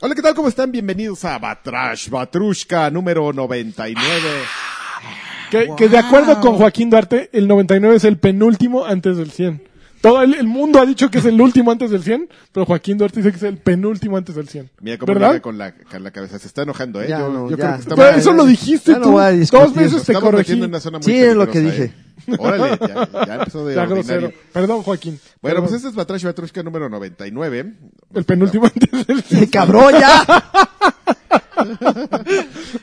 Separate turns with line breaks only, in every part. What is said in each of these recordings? Hola, ¿qué tal? ¿Cómo están? Bienvenidos a Batrash Batrushka número 99.
Que, que de acuerdo con Joaquín Duarte, el 99 es el penúltimo antes del 100. Todo el, el mundo ha dicho que es el último antes del 100, pero Joaquín Duarte dice que es el penúltimo antes del 100.
Mira cómo
¿Verdad?
llega con la, con la cabeza. Se está enojando, ¿eh?
Ya,
yo
no,
yo
ya.
creo que está
Pero
mal.
Pero eso lo dijiste
Ya no
tú.
voy a discutir
Dos veces
eso.
te
Estamos
corregí.
metiendo en una zona muy
Sí, es lo que
peligrosa,
dije.
¿eh? Órale, ya, ya empezó de
Ya,
ordinario.
grosero. Perdón, Joaquín.
Bueno,
Perdón.
pues este es Batrash Batrushka número 99.
El penúltimo antes del 100.
Sí, cabrón, ya.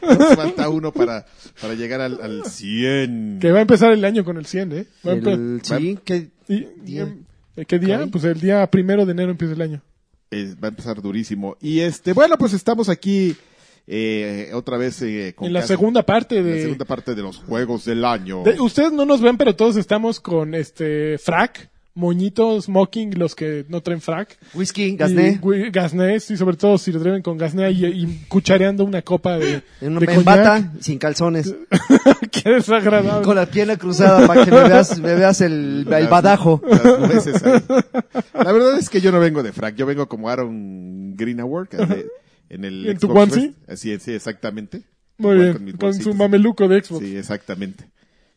Nos falta uno para, para llegar al, al 100.
Que va a empezar el año con el 100, ¿eh? Va a empe-
El- sí, que
y-
día.
¿eh, ¿Qué día?
Caray.
Pues el día primero de enero empieza el año.
Eh, va a empezar durísimo. Y este, bueno, pues estamos aquí eh, otra vez eh, con
En la
Cas-
segunda parte
en la
de,
segunda parte de los Juegos del Año.
de- Ustedes no nos ven, pero todos estamos con este frac, moñito, smoking, los que no traen frac.
whisky, gasné.
Y, güey, gasné, sí, sobre todo si lo traen con gasné y, y cuchareando una copa de,
En,
de
en
coñac.
bata, sin calzones,
Qué desagradable.
con la pierna cruzada para que me veas, me veas el, el
Las-
badajo.
las nueces ahí. La verdad es que yo no vengo de frac, yo vengo como Aaron Greenaward que hace- en el
¿En tu
Xbox
onesie?
Fest. Así es, sí, exactamente.
Muy
Igual
bien,
mis
con, su
bolsitas.
mameluco de Xbox.
Sí, exactamente.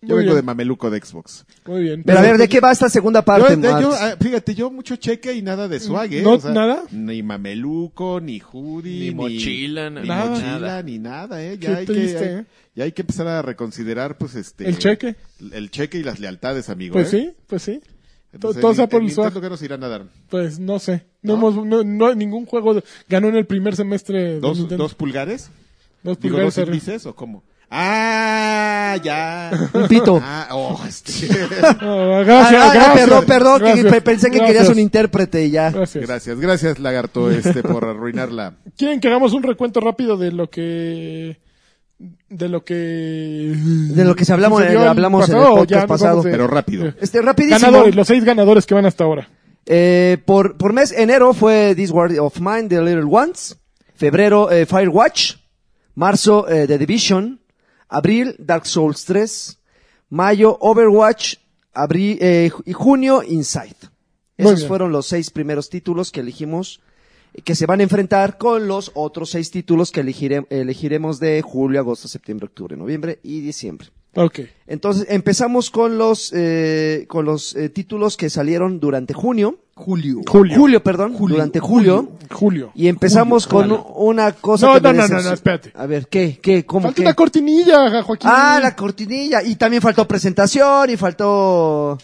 Yo
Muy
vengo
bien.
de mameluco de Xbox.
Muy bien. Pues,
Pero a ver, ¿de qué va esta segunda
Yo,
parte,
de- yo,
Marx?
ah, fíjate, yo mucho cheque y nada de swag, ¿eh?
¿No- nada?
Ni mameluco, ni hoodie,
Ni mochila,
ni,
na-
nada.
mochila, ni nada, ¿eh? Ya
Qué
hay
triste,
que,
¿eh?
hay- ya hay que empezar a reconsiderar, pues, este...
¿El cheque?
El cheque y las lealtades, amigo,
Pues
¿eh?
sí, pues sí.
Entonces,
todo sea
ni-
por el
ni
swag.
tanto que nos irán a dar.
Pues no sé. No, hemos, no, no- ningún juego de- ganó en el primer semestre. de
¿Dos,
Nintendo.
dos pulgares?
Pues, Dos
Digo,
pulgares
¿dos
arriba.
índices o cómo? ¡Ah! ¡Ya!
Un pito.
Ah, oh, este.
Ah,
Ah,
gracias,
ah,
gracias.
perdón, perdón, que
Gracias,
pe- pensé que querías
gracias,
un intérprete y ya.
Gracias.
Gracias, gracias, lagarto, este, por arruinarla.
¿Quieren que hagamos un recuento rápido de lo que... De lo que... De
lo que se hablamos- hablamos en el podcast pasado.
Pero rápido.
Este, rapidísimo.
Ganadores, los seis ganadores que van hasta ahora.
Eh, por, por mes, enero fue This War of Mine, The Little Ones. Febrero, eh, Firewatch. Marzo, eh, The Division. Abril, Dark Souls 3. Mayo, Overwatch. Abri- eh, ju- y junio, Inside.
Muy
Esos
bien.
fueron los seis primeros títulos que elegimos eh, que se van a enfrentar con los otros seis títulos que elegire- elegiremos de julio, agosto, septiembre, octubre, noviembre y diciembre.
Ok.
Entonces empezamos con los eh, con los eh, títulos que salieron durante junio. Julio.
Julio.
Julio, perdón. durante julio.
Julio.
Y empezamos con una cosa
No,
que me
no, no, no,
decepcionó.
no, espérate.
A ver, ¿qué? ¿Qué? ¿Cómo
Falta
qué?
una cortinilla, Joaquín.
Ah, la cortinilla. Y también faltó presentación y faltó...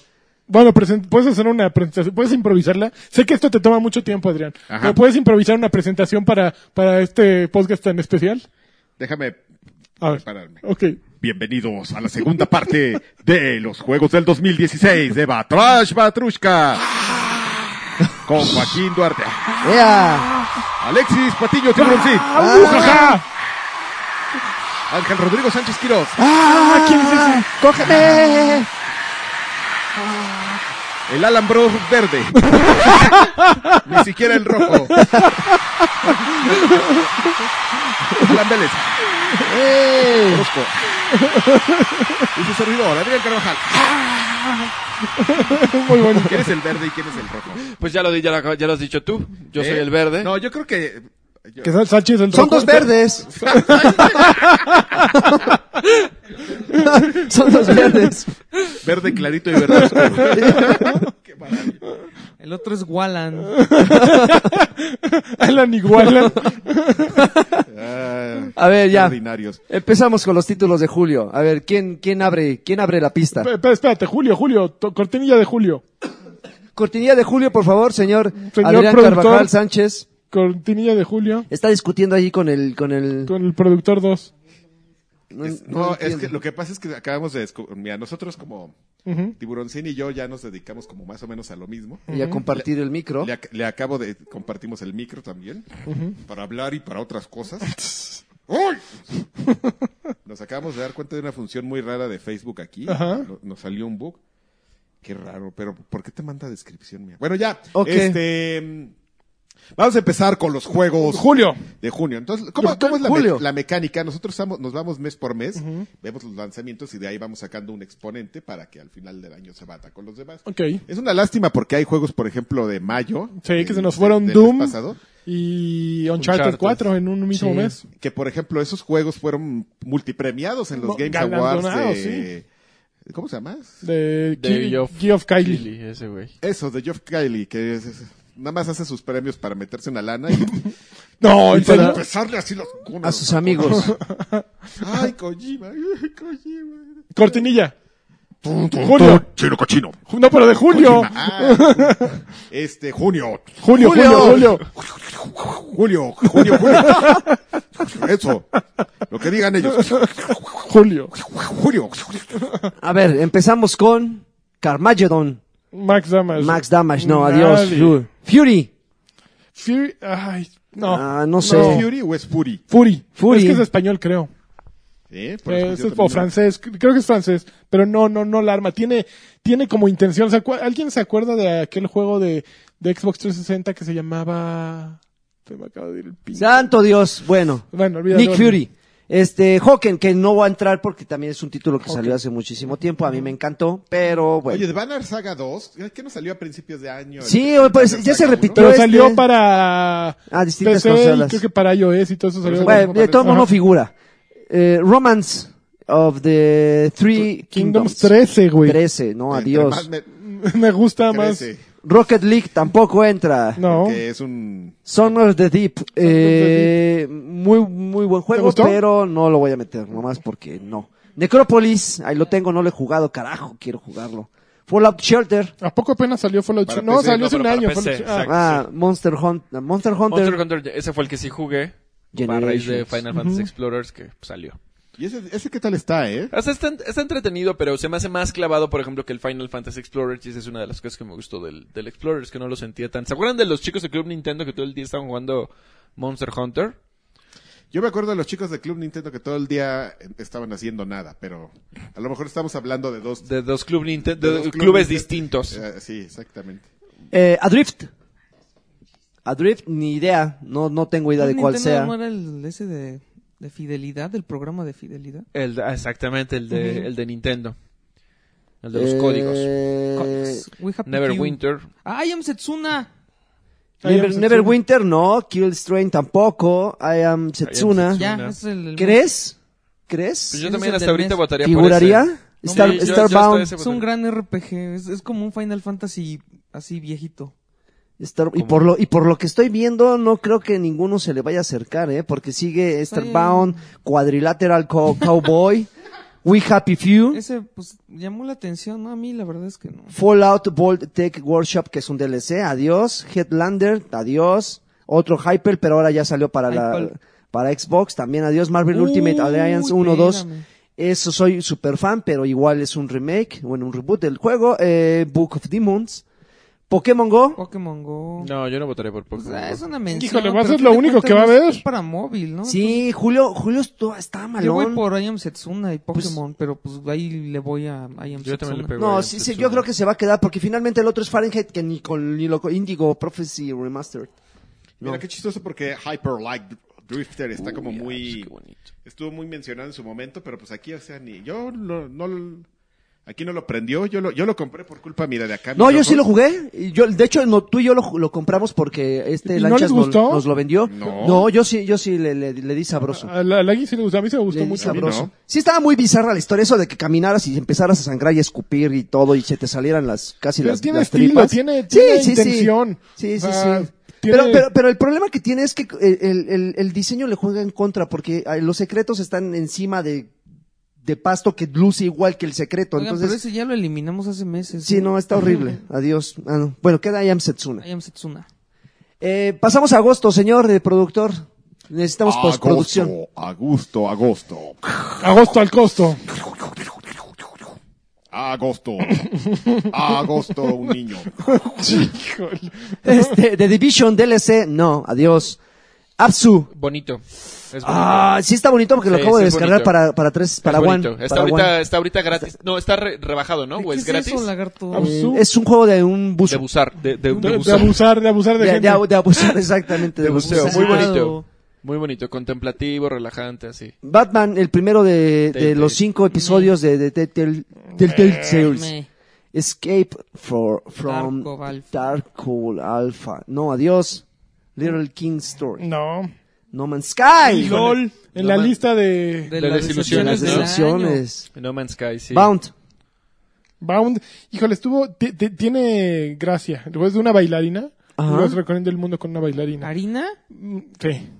Bueno, presen- puedes hacer una presentación, puedes improvisarla. Sé que esto te toma mucho tiempo, Adrián.
Ajá.
Pero puedes improvisar una presentación para, para este podcast tan especial.
Déjame
A ver.
prepararme.
Ok.
Bienvenidos a la segunda parte de los Juegos del 2016 de Batrash Batrushka.
Ah.
Con Joaquín Duarte,
¡Ea!
Alexis Patiño
Ah,
Tiburoncín,
¡Ujaja!
Ángel Rodrigo Sánchez Quiroz,
¡Ah! ¿Quién es ese?
¡Cógeme!
Ah. el Alambro Verde. Ni siquiera el rojo. Alan Vélez,
¡Eh!
Orozco. Y su servidor, Adrián Carvajal.
Muy bueno.
¿Quién es el verde y quién es el rojo?
Pues ya lo, di- ya lo, acabas- ya lo has dicho tú. Yo soy
¿Eh?
el verde.
No, yo creo que... yo-
Que Sal- Salchi es el
Son
rojo.
dos verdes. Son dos verdes.
Verde clarito y verde oscuro. Qué maravilla.
El otro es Wallan.
Alan igual.
Ah,
A ver, ya.
Ordinarios.
Empezamos con los títulos de julio. A ver, ¿quién, quién abre, quién abre la pista?
espérate, Julio, Julio. to- Cortinilla de Julio.
Cortinilla de julio, por favor, señor,
Señor
Adrián
productor.
Carvajal Sánchez.
Cortinilla de Julio.
Está discutiendo allí con el, con el.
Con el productor 2.
no-
Es-
no
no, es
entiendo.
que lo que pasa es que acabamos de descubrir. Mira, nosotros como Tiburoncín y yo ya nos dedicamos como más o menos a lo mismo.
Y a compartir el micro.
Le, ac- le acabo de. Compartimos el micro también. Para hablar y para otras cosas. ¡Uy! Nos acabamos de dar cuenta de una función muy rara de Facebook aquí.
Ajá.
No- Nos salió un bug. Qué raro, pero ¿por qué te manda descripción mía? Bueno, ya.
Ok.
Este. Vamos a empezar con los juegos
Julio.
de junio. Entonces, ¿cómo, cómo es la, me-
Julio.
la mecánica? Nosotros estamos- nos vamos mes por mes, vemos los lanzamientos y de ahí vamos sacando un exponente para que al final del año se bata con los demás.
Ok.
Es una lástima porque hay juegos, por ejemplo, de mayo.
Sí, que
del-
se nos fueron
del mes
Doom
pasado,
y Uncharted,
Uncharted.
4 en un mismo
Sí.
mes.
que, por ejemplo, esos juegos fueron multipremiados en los
No,
Games Awards.
galardonados,
de- ¿Cómo se llama?
De,
De
Ki-
Geoff-
Geoff Kylie.
Kylie, ese güey.
Eso, de Geoff Kiley, que es- es- nada más hace sus premios para meterse una lana y,
No,
y para
¿en serio?
empezarle así los cunos.
A sus amigos.
Ay, Kojima, ay, Kojima.
Cortinilla. Julio.
Julio. Chino cochino.
No, pero de Julio.
Kojima. Ah, este, junio.
Julio, Julio, Julio.
Julio, Julio, Julio. Eso. Lo que digan ellos.
Julio.
Julio.
A ver, empezamos con Carmageddon.
Max Damas.
Max Damage, no,
Nadie.
adiós. Fu- Fury.
Fury. Ay, no.
Ah, no sé.
¿Es Fury o es Fury?
Fury.
Fury.
Es que es español, creo.
¿Eh? Por eso
Eh,
yo
es-
también-
o francés, cre- creo que es francés, pero no, no, no la arma. Tiene, tiene como intención. ¿se acu- ¿Alguien se acuerda de aquel juego de, de Xbox 360 que se llamaba? Se me acaba de ir el pin.
Santo Dios. Bueno.
Bueno, olvídalo.
Nick Fury. Este, Hawken, que no va a entrar porque también es un título que salió hace muchísimo tiempo. A mí me encantó, pero bueno.
Oye, de Banner Saga 2, ¿qué no salió a principios de año?
Sí,
El-
pues,
Banner
ya se
Saga
repitió.
1.
Pero
Este-
salió para
Ah, distintas
PC y
consolas.
creo que para iOS y todo eso salió.
Bueno, de todo el mundo
Ajá.
figura. Eh, Romance of the Three
Kingdoms
Kingdoms.
13, güey.
13, no,
Entre
adiós.
más me-
me gusta más.
crece,
Rocket League tampoco entra.
No.
Que es un...
Son of the Deep. eh, muy, muy buen juego,
gustó?
pero no lo voy a meter, nomás porque no. Necrópolis, ahí lo tengo, no lo he jugado, carajo, quiero jugarlo. Fallout Shelter,
¿A poco apenas salió Fallout
Para
8? No,
PC,
salió
no,
hace un
pero para
año.
PC,
Fallout- ah,
exacto.
ah, Monster, Hunt, Monster Hunter,
Monster Hunter, ese fue el que sí jugué. A raíz de Final Fantasy Explorers que salió.
¿Y ese, ese qué tal está, eh?
O sea, está, está entretenido, pero se me hace más clavado, por ejemplo, que el Final Fantasy Explorers. Y esa es una de las cosas que me gustó del, del Explorers, que no lo sentía tan. ¿Se acuerdan de los chicos de Club Nintendo que todo el día estaban jugando Monster Hunter?
Yo me acuerdo de los chicos de Club Nintendo que todo el día eh, estaban haciendo nada, pero a lo mejor estamos hablando de dos...
De dos, Club
de
Ninte- de
dos
dos
Club
clubes
Nintendo.
distintos.
Eh, sí, exactamente.
Eh, Adrift. Adrift, ni idea, no, no tengo idea de
Nintendo
cuál sea.
no era el ese de, de fidelidad, del programa de fidelidad?
El, ah, exactamente, el de, el de Nintendo. El de los
Eh,
códigos.
Codex. We Happy Few.
Neverwinter.
¡Ah, I am Setsuna!
Never, Neverwinter, no. Killstrain tampoco. I am Setsuna.
Ya,
Setsuna.
ese es el... el-
¿Crees?
Pues
¿Crees?
yo
Ese
también
es el
hasta
del
ahorita
NES.
votaría
¿Figuraría?
por ese.
No,
Star-
yo- yo- yo
Starbound.
estoy-
Es un gran RPG, es, es como un Final Fantasy así viejito.
Star- y, por lo, y por lo que estoy viendo, no creo que ninguno se le vaya a acercar, ¿eh? Porque sigue Starbound, Quadrilateral Co- Cowboy, We Happy Few,
Ese, pues, llamó la atención, ¿no? A mí la verdad es que no.
Fallout Bolt Tech Workshop, que es un DLC, adiós, Headlander, adiós, otro Hyper, pero ahora ya salió para la,
Hyper.
para Xbox, también adiós, Marvel Ultimate
Uy,
Alliance 1, 2,
espérame.
Eso soy super fan, pero igual es un remake, bueno, un reboot del juego. Eh, Book of Demons. Pokémon Go.
Pokémon Go.
No, yo no votaría por Pokémon.
O sea, Pues, ah, es una mención.
Híjole, va a
pero
ser
a fin
lo
de
único que va a
cuentas
haber.
Es para móvil, ¿no?
Sí, Julio, Julio estu- está
Entonces, Yo voy
malón.
por I am Setsuna y Pokémon, pero pues ahí le voy a I am
Yo también le
Setsuna.
pego.
No,
Brian
sí, sí,
Tetsuo.
yo creo que se va a quedar porque finalmente el otro es Fahrenheit que ni con ni lo Indigo Prophecy Remastered. No.
Mira, qué chistoso porque Hyper Light Drifter está como
Uy, ah,
muy...
pues qué bonito.
estuvo muy mencionado en su momento, pero pues aquí, o sea, ni yo no, no lo- aquí no lo prendió, yo lo, yo lo compré por culpa, mira, de acá.
No,
mis
yo sí lo
ojos.
jugué. Y Yo, de hecho, no, tú y yo lo, ju- lo compramos porque este
¿Y no
Lanchas
les
nos-
gustó?
nos lo vendió.
No.
yo sí, yo sí le, le- le di sabroso.
Ah, A la, a Lagui sí le gustó, a mí se me gustó
Bien
mucho.
sabroso.
A mí no.
Sí estaba muy bizarra la historia, eso de que caminaras y empezaras a sangrar y escupir y todo y se te salieran las casi
Pero
las,
tiene
las
estilo,
tripas.
tiene- tiene intención.
Sí, sí,
O sea,
sí.
tiene-
Pero, pero, pero el problema que tiene es que el, el- el- el diseño le juega en contra porque ah, los secretos están encima de, de pasto que luce igual que el secreto.
Oigan, pero
Entonces,
ese ya lo eliminamos hace meses.
sí, no, está horrible. Adiós. Ah, no. Bueno, queda Ayam Setsuna.
I am Setsuna.
Eh, pasamos a agosto, señor eh, productor. Necesitamos
Agosto,
postproducción.
Agosto, agosto,
Agosto al costo.
agosto, agosto, un niño.
Híjole.
Este, The Division DLC, no, adiós. Absu,
Bonito. Es
Ah, sí está bonito porque lo
Sí,
acabo de
sí es
descargar
bonito.
para, para tres, para
bonito.
One.
Está,
para
ahorita,
One.
está ahorita gratis. No, está re- rebajado, ¿no?
¿De
¿O
qué
es gratis?
eso, lagarto?
Ah, pues, su-
Es un juego de un buzo.
de abusar. De, de- de
de, de
abusar.
abusar, de abusar de,
De,
gente.
de- de abusar, exactamente. de
De
abusar.
buceo. Muy
Pesado.
bonito. Muy bonito. Contemplativo, relajante, así.
Batman, el primero de, de
Telltale.
los cinco episodios de, de Telltale Telltale Tales.
Meh.
Escape for, from
Dark of Alpha.
Darkhold Alpha. No, adiós. Little King Story.
No.
No Man's Sky.
LOL. En la
No, man.
lista de
De,
De
las
De
desilusiones,
decepciones
las
¿no?
del
decepciones.
No Man's Sky, sí.
Bound.
Bound. Híjole, estuvo. ti- ti- Tiene gracia. Luego es de una bailarina.
Ajá.
Luego se recorriendo el mundo con una
año.
bailarina.
¿Harina?
Mm, Sí.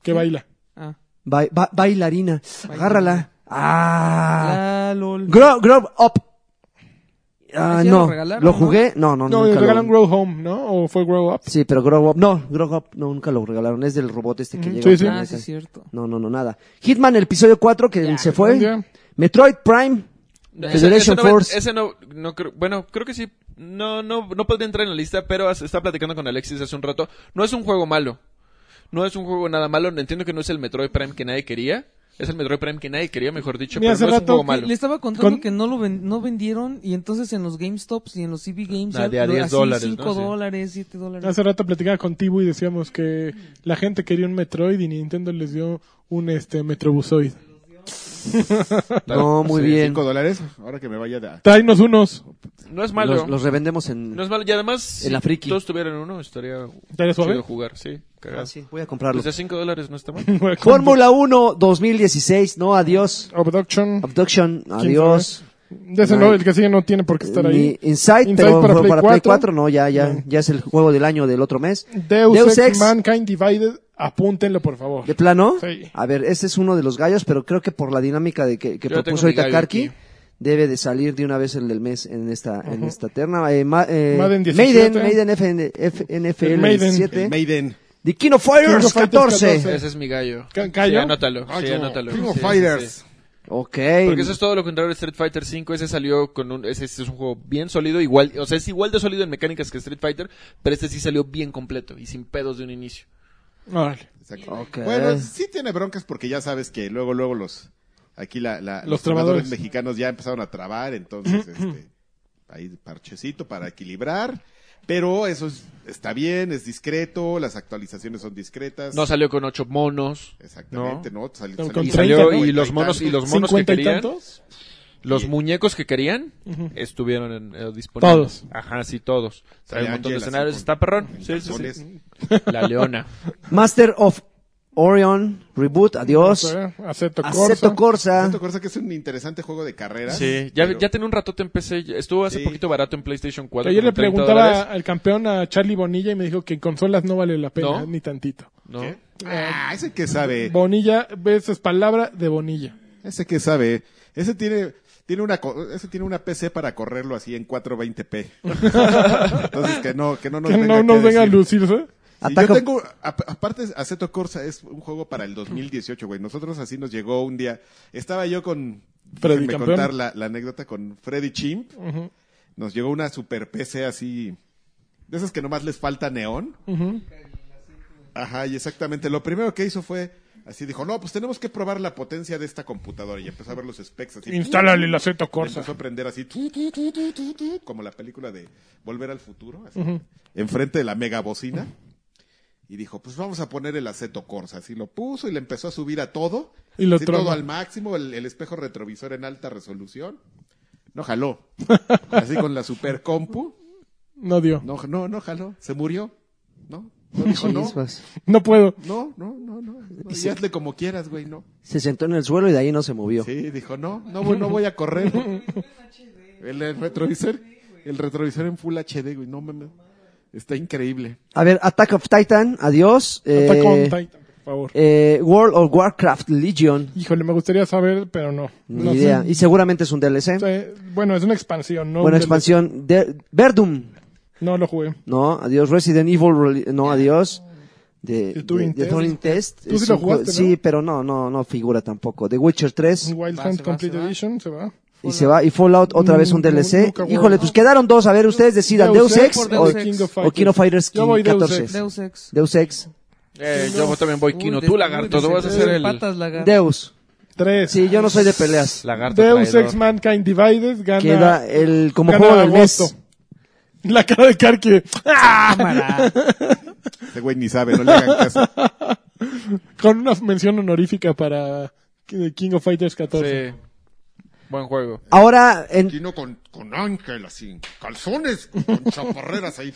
Que baila.
Ah.
Ba- ba- bailarina. Agárrala. Ah.
La LOL.
Grow, grow up. Ah,
Ese ya
no.
lo regalaron,
¿Lo
¿no?
jugué? No,
No,
no, nunca
le
lo-
regalan Grow Home, ¿no? O fue Grow Up.
Sí, pero Grow Up. No, Grow Up no, nunca lo regalaron. Es del robot este que
Ujú,
llega.
sí,
al
sí.
Ah,
planeta.
sí, es cierto.
No, no, no, nada. Hitman, el episodio 4 que se fue.
Ya.
Metroid Prime.
No,
Federation
ese no ven-
Force.
Ese no, no creo- bueno, creo que sí. No, no, no podría entrar en la lista, pero as- estaba platicando con Alexis hace un rato. No es un juego malo. No es un juego nada malo. Entiendo que no es el Metroid Prime que nadie quería. Es el Metroid Prime que nadie quería, mejor dicho,
Mira, hace
pero no es un
rato
juego
que
malo.
Le estaba contando
Con-
que no lo ven- no vendieron y entonces en los GameStops y en los CB Games
Ah, de a 10
así
dólares, ¿no?
5
Sí.
dólares, 7 dólares.
Hace rato platicaba contigo y decíamos que la gente quería un Metroid y Nintendo les dio un este Metrobusoid.
No, muy
Sí,
bien.
Cinco dólares, ahora que me vaya de...
Tráenos unos.
No es malo.
Los, los revendemos en.
No es malo. Y además,
En la
si
friki.
todos tuvieran uno, estaría
¿Estaría suave?
chido jugar. Sí, cagado.
Ah, sí, voy a comprarlo.
Pues de 5 dólares no está mal.
Fórmula 1 2016. No, adiós.
Abduction.
Abduction.
¿Quién
Adiós.
sabe? De ese no,
Nike.
el que sigue no tiene por qué estar ahí.
Ni Inside,
Inside
pero
para
para,
Play
para Play 4,
4,
no, ya, ya, ya es el juego del año del otro mes.
Deus,
Deus
Ex,
Ex.
Mankind Divided, apúntenlo por favor.
¿De plano?
Sí.
A ver, este es uno de los gallos, pero creo que por la dinámica de que, que
Yo
propuso
ya tengo mi
ahorita
gallo
Karki,
aquí.
debe de salir de una vez el del mes en esta, en esta terna. Eh, ma- eh,
Madden
Maiden,
17.
Maiden FN, FNFL
El Maiden.
17.
El Maiden.
The King of Fighters
King of Fighters
14.
14.
Ese es mi gallo.
¿Ca- gallo?
Sí, anótalo.
Ah,
sí,
yo.
anótalo.
King
Sí,
of
sí, sí.
Fighters.
Ok.
Porque eso es todo lo contrario de Street Fighter 5. Ese salió con un. Ese, ese es un juego bien sólido. Igual, o sea, es igual de sólido en mecánicas que Street Fighter. Pero este sí salió bien completo y sin pedos de un inicio.
Órale.
Exacto.
Ok.
Bueno, sí tiene broncas porque ya sabes que luego, luego los... Aquí la, la-
Los trabadores.
mexicanos ya empezaron a trabar, entonces, este, ahí parchecito para equilibrar. Pero eso es- está bien, es discreto, las actualizaciones son discretas.
No salió con ocho monos.
Exactamente, ¿no? Sali-
Con
salió-
Y salió,
30, ¿no?
y los monos, y los monos que
¿Cincuenta y
querían,
tantos?
los
Y-
muñecos que querían,
Ujú.
estuvieron en- eh, disponibles.
Todos.
Ajá, sí, todos. Salió un
Salió
montón
Ángel,
de
así
escenarios.
con-
Está perrón. Sí, sí, sí.
Entonces,
La leona.
Master of Orion, Reboot, adiós.
eh. Aceto
Aceto
Corsa.
Corsa.
Tanto cosa que es un interesante juego de carreras.
Sí, ya,
pero-
ya tenía un ratote en PC. ya- Estuvo hace
Sí.
poquito barato en PlayStation 4.
Ayer
como
le
30
preguntaba
dólares.
al campeón a Charlie Bonilla y me dijo que en consolas no vale la pena,
¿No?
ni tantito.
¿no?
¿Qué? Ah, ese que sabe.
Bonilla, esa es palabra de Bonilla.
Ese que sabe. ¿eh? Ese tiene, tiene una, co- ese tiene una PC para correrlo así en 420p. Entonces que no, que no nos
que
venga
no nos
que
venga a
decir.
lucirse.
Sí,
Ataca-
yo tengo, ap- aparte, Aceto Corsa es un juego para el 2018, güey. Nosotros así nos llegó un día. Estaba yo con,
Freddy
déjenme
Campeón.
contar la, la anécdota con Freddy Chimp. Nos llegó una super PC así, de esas que nomás les falta neón.
Ujú.
Ajá, y exactamente. Lo primero que hizo fue, así dijo, no, pues tenemos que probar la potencia de esta computadora. Y empezó a ver los specs así.
Instálale el aceto
Le
Corsa.
Empezó a prender así, tu, tu, tu, tu, tu, tu, como la película de Volver al Futuro, así, enfrente de la mega bocina. Y dijo, pues vamos a poner el aceto Corsa. Así lo puso y le empezó a subir a todo.
Y lo
así,
troma.
todo al máximo, el, el espejo retrovisor en alta resolución. No jaló. Así con la super compu.
No dio.
No, no, no jaló. Se murió. No, no dijo no.
Chispas.
No puedo.
No, no, no, no. no.
Y se-
Y hazle como quieras, güey, no.
Se sentó en el suelo y de ahí no se movió.
Sí, dijo, no, no voy, no voy a correr. el, el retrovisor, el retrovisor en Full HD, güey, no mames. Está increíble.
A ver, Attack of Titan, adiós.
Attack on
Eh,
Titan, por favor.
eh, World of Warcraft Legion,
Híjole, me gustaría saber, pero no.
ni
No sé.
idea. Y seguramente es un DLC.
O sea, Bueno, es una expansión, ¿no?
Buena
Un DLC.
expansión. De- Verdum,
No lo jugué.
no, adiós. Resident Evil, Reli- no, adiós. De,
The
de,
Turing
de
Test.
Turing Test.
Tú sí
Es
lo
un juego-
jugaste, ¿no?
Sí, pero no, no, no figura tampoco. The Witcher 3
Wild
Va,
Hunt
se va,
Complete
se va.
Edition se va.
y se va. Y Fallout otra vez un
Nunca
DLC.
jugué.
Híjole, pues quedaron dos. A ver, ustedes decidan. Deus Ex
por
o
King of
o King of Fighters
Yo voy Deus
14.
Ex.
Deus Ex.
Deus Ex.
Eh, yo también voy Kino.
Uy,
Tú,
de-
lagarto,
uy, de-
tú vas a ser
de
el
Patas, lagarto.
Deus.
Tres.
Sí, yo no soy de peleas.
lagarto
Deus
traidor.
Ex Mankind Divided gana.
Queda el como
gana
juego del mes.
agosto. La cara de Karki.
Ese güey ni sabe, no le hagan caso.
Con una mención honorífica para King of Fighters 14.
Sí. Buen juego.
Ahora, en,
Chino con, con ángel así, calzones, con chaparreras ahí.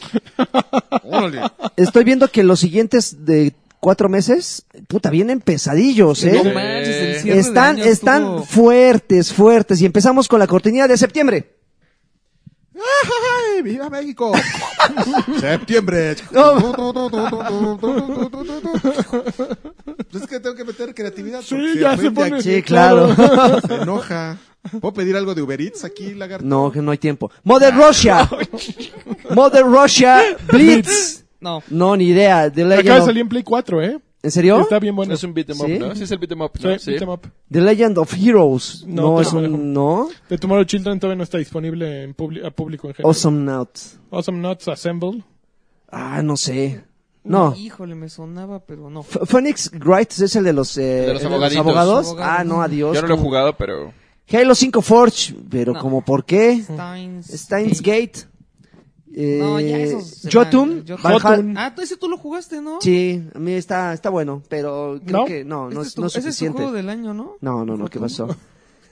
Órale.
estoy viendo que los siguientes de cuatro meses, puta, vienen pesadillos, ¿eh?
No manches, el
Sí.
cierre de
Están,
año
están
estuvo-
fuertes, fuertes. Y empezamos con la cortinilla de septiembre.
¡Ay, viva México! Septiembre. es que tengo que meter creatividad.
Sí,
porque
ya se
aprende
pone.
aquí,
Sí, claro.
Se enoja. ¿Puedo pedir algo de Uber Eats aquí, lagarto?
no, que no hay tiempo. Mother Russia. Mother Russia Blitz.
No.
No, ni idea. The Legend
Acaba de
of-
salir en Play 4, ¿eh?
¿En serio?
Está bien bueno.
es un beat'em up,
¿sí?
¿no? Sí, es el beat'em up,
Sí,
¿no? Sí.
beat 'em up.
The Legend of Heroes.
No,
No,
te
es
lo manejo.
un, no.
The Tomorrow Children todavía no está disponible en publi- a público en general.
Awesome Nout.
Awesome Nuts Assemble.
Ah, no sé. No.
Híjole, me sonaba, pero no.
F- Phoenix Wright es el de los, eh,
de los
el
abogaditos.
abogados.
Abogados.
Ah, no, adiós.
Yo no lo he
¿Cómo?
jugado, pero...
Halo 5 Forge, pero
No.
como por qué?
Steins.
Steins Gate. Eh,
No, ya esos se
Jotun.
van, Jotun.
Valhalla.
Ah, tú- ese tú lo jugaste, ¿no?
Sí, a mí está, está bueno, pero creo
¿No?
que no, no
Este
es, no es
ese es tu
suficiente.
juego del año, ¿no?
No, no, no, ¿qué pasó?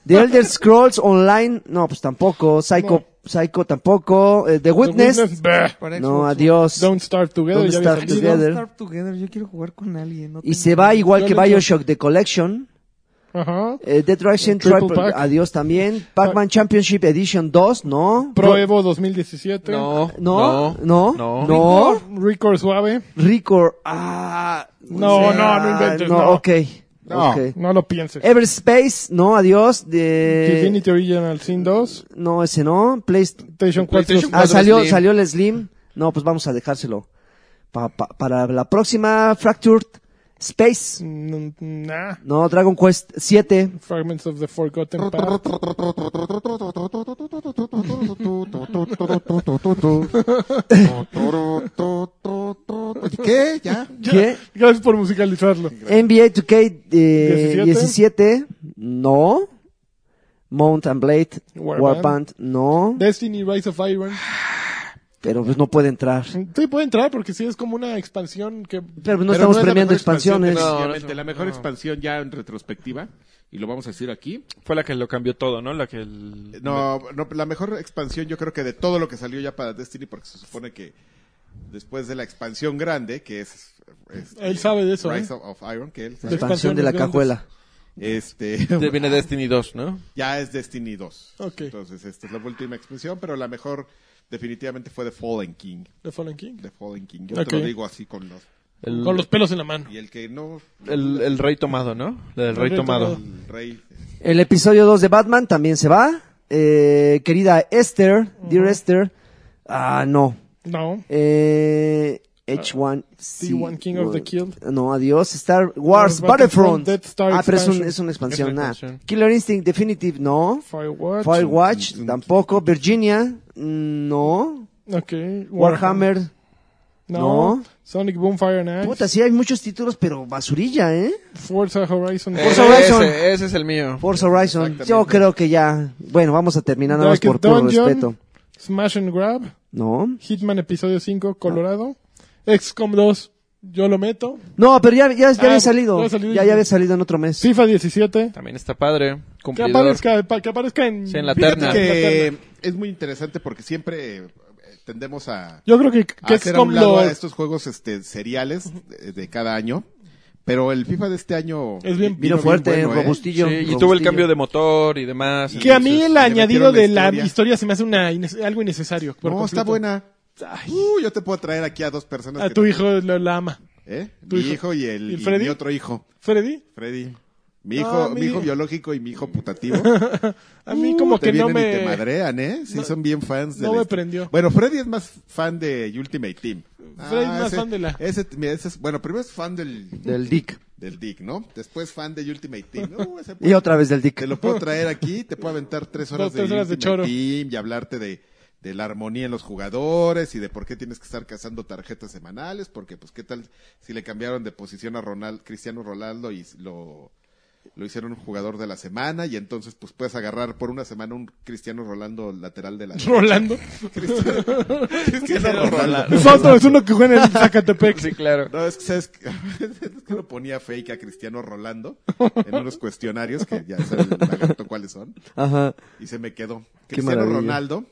The Elder Scrolls Online, no, pues tampoco. Psycho, Psycho tampoco. Eh, The Witness,
The Witness, bleh.
Para
no,
Xbox
adiós.
Don't Starve Together.
Don't
ya había
Starve
One.
salido.
Together.
Don't Starve Together, Yo quiero jugar con alguien. no
Y
tengo-
se va igual que
Yo lo he
Bioshock The Collection.
Ajá.
Eh, Dead Rising
Triple
Triple,
Pack.
adiós también. Pac-Man Championship Edition 2, no.
Pro Evo 2017.
No,
No, no, no.
no.
Record Suave.
Record, ah.
No,
ah,
no, no inventes,
No,
no.
ok.
No.
ok.
No lo pienses.
Everspace, no, adiós. De...
Divinity Original Sin 2.
No, ese no. Play-
PlayStation 4.
PlayStation
Ah,
Cuatro
salió,
Slim.
salió el Slim. No, pues vamos a dejárselo. Pa- pa- para la próxima Fractured Space.
Mm, Nah.
No, Dragon Quest 7.
Fragments of the Forgotten Path.
¿Qué? ¿Ya?
¿Qué?
Gracias por musicalizarlo.
NBA 2K eh,
17.
17. No. Mount and Blade.
Warband.
Warband. No.
Destiny Rise of Iron.
Pero pues no puede entrar.
Sí, puede entrar porque sí es como una expansión que...
Pero pues
Pero
no estamos
es la
premiando
mejor
expansiones.
expansión,
No, no es-
definitivamente. la mejor expansión ya en retrospectiva, y lo vamos a decir aquí.
Fue la que lo cambió todo, ¿no? La que... el-
No, no, la mejor expansión yo creo que de todo lo que salió ya para Destiny, porque se supone que después de la expansión grande, que es... este,
Él sabe de eso,
Rise
¿eh?
of, of Iron, que él
La
sabe,
expansión de la
Expansiones
cajuela.
este,
Ya viene Destiny 2, ¿no?
ya es Destiny 2.
Ok.
Entonces, esta es la última expansión, pero la mejor definitivamente fue The Fallen King.
The Fallen King.
The Fallen King, yo
Ok.
te lo digo así con los...
El,
Con los pelos en la mano.
Y el que no,
el, el rey tomado, ¿no? La del rey
rey
tomado.
tomado.
el rey...
El episodio 2 de Batman también se va. Eh, querida Esther, dear Esther. Ah, no.
No.
Eh, H1. c
T1 Ah, King of the Killed.
No, adiós. Star Wars
Battlefront,
Battlefront.
Death Star
ah, pero es, un-
expansion.
es una expansión.
Es una
nah.
expansión.
Killer Instinct Definitive, no.
Firewatch.
Firewatch, tampoco. Virginia, mm, no.
Ok.
Warhammer.
No.
No.
Sonic Boom Fire and Ice.
Puta, sí hay muchos títulos, pero basurilla, ¿eh?
Forza Horizon.
Forza
Ese-
Horizon.
Ese, ese es el mío.
Forza Horizon.
Exactamente.
Yo creo que ya. Bueno, vamos a terminar nada más
Darkest
por puro
Dungeon.
respeto.
Smash and Grab.
No.
Hitman Episodio 5, Colorado. XCOM 2, yo lo meto.
No, pero ya, ya, ya
Ah,
había salido.
ya había salido.
Ya, ya había salido en otro mes.
FIFA 17.
También está padre.
Que
Cumplidor.
aparezca, pa- que aparezca en...
Sí, en la
Fíjate
terna.
que-
que es muy interesante porque siempre eh, tendemos a,
Yo creo que,
a
que
hacer a
XCOM
Ah, un lado
lo...
a estos juegos este, seriales de, de cada año, pero el FIFA de este año
Es bien-
Vino fuerte,
bueno, ¿eh?
Sí,
robustillo.
y tuvo el
robustillo.
cambio de motor y demás.
Que a mí
Entonces,
el
le
añadido
metieron la
de la
historia.
historia se me hace una ines- algo innecesario. por
No, está
completo.
buena.
Ay,
Uh, yo te puedo traer aquí a dos personas.
a
que-
tu hijo lo, la ama.
¿eh?
tu
Mi
hijo.
hijo y, el,
¿Y
y
Freddy?
mi otro hijo,
Freddy,
Freddy. Mi
No,
hijo,
mi
mi hijo
hijo.
biológico y mi hijo putativo.
a mí como
te
que no
vienen y te
me...
madrean, ¿eh? Sí,
no-
son bien fans. de
no
la
me
historia.
prendió.
Bueno, Freddy es más fan de Ultimate Team. Ah,
Freddy es más fan de la-
Ese, mira, ese es- bueno, primero es fan del,
Del Dick.
del Dick, ¿no? Después fan de Ultimate Team. Uh, ese
Y otra vez del
Te
Dick.
lo puedo traer aquí, te puedo aventar tres horas,
Dos, tres horas
de,
de
Ultimate
choro.
Team y hablarte de, de la armonía en los jugadores y de por qué tienes que estar cazando tarjetas semanales, porque pues qué tal si le cambiaron de posición a Ronald, Cristiano Ronaldo y lo, lo hicieron un jugador de la semana y entonces pues puedes agarrar por una semana un Cristiano Ronaldo lateral de la
Rolando.
Cristiano, Cristiano Ronaldo.
Es otro, es uno que juega en el Zacatepec.
Sí, claro.
No, es que, ¿sabes? qué? es que lo ponía fake a Cristiano Rolando en unos cuestionarios que ya saben lagarto cuáles son.
Ajá.
Y se me quedó.
Qué
Cristiano
maravilla.
Ronaldo.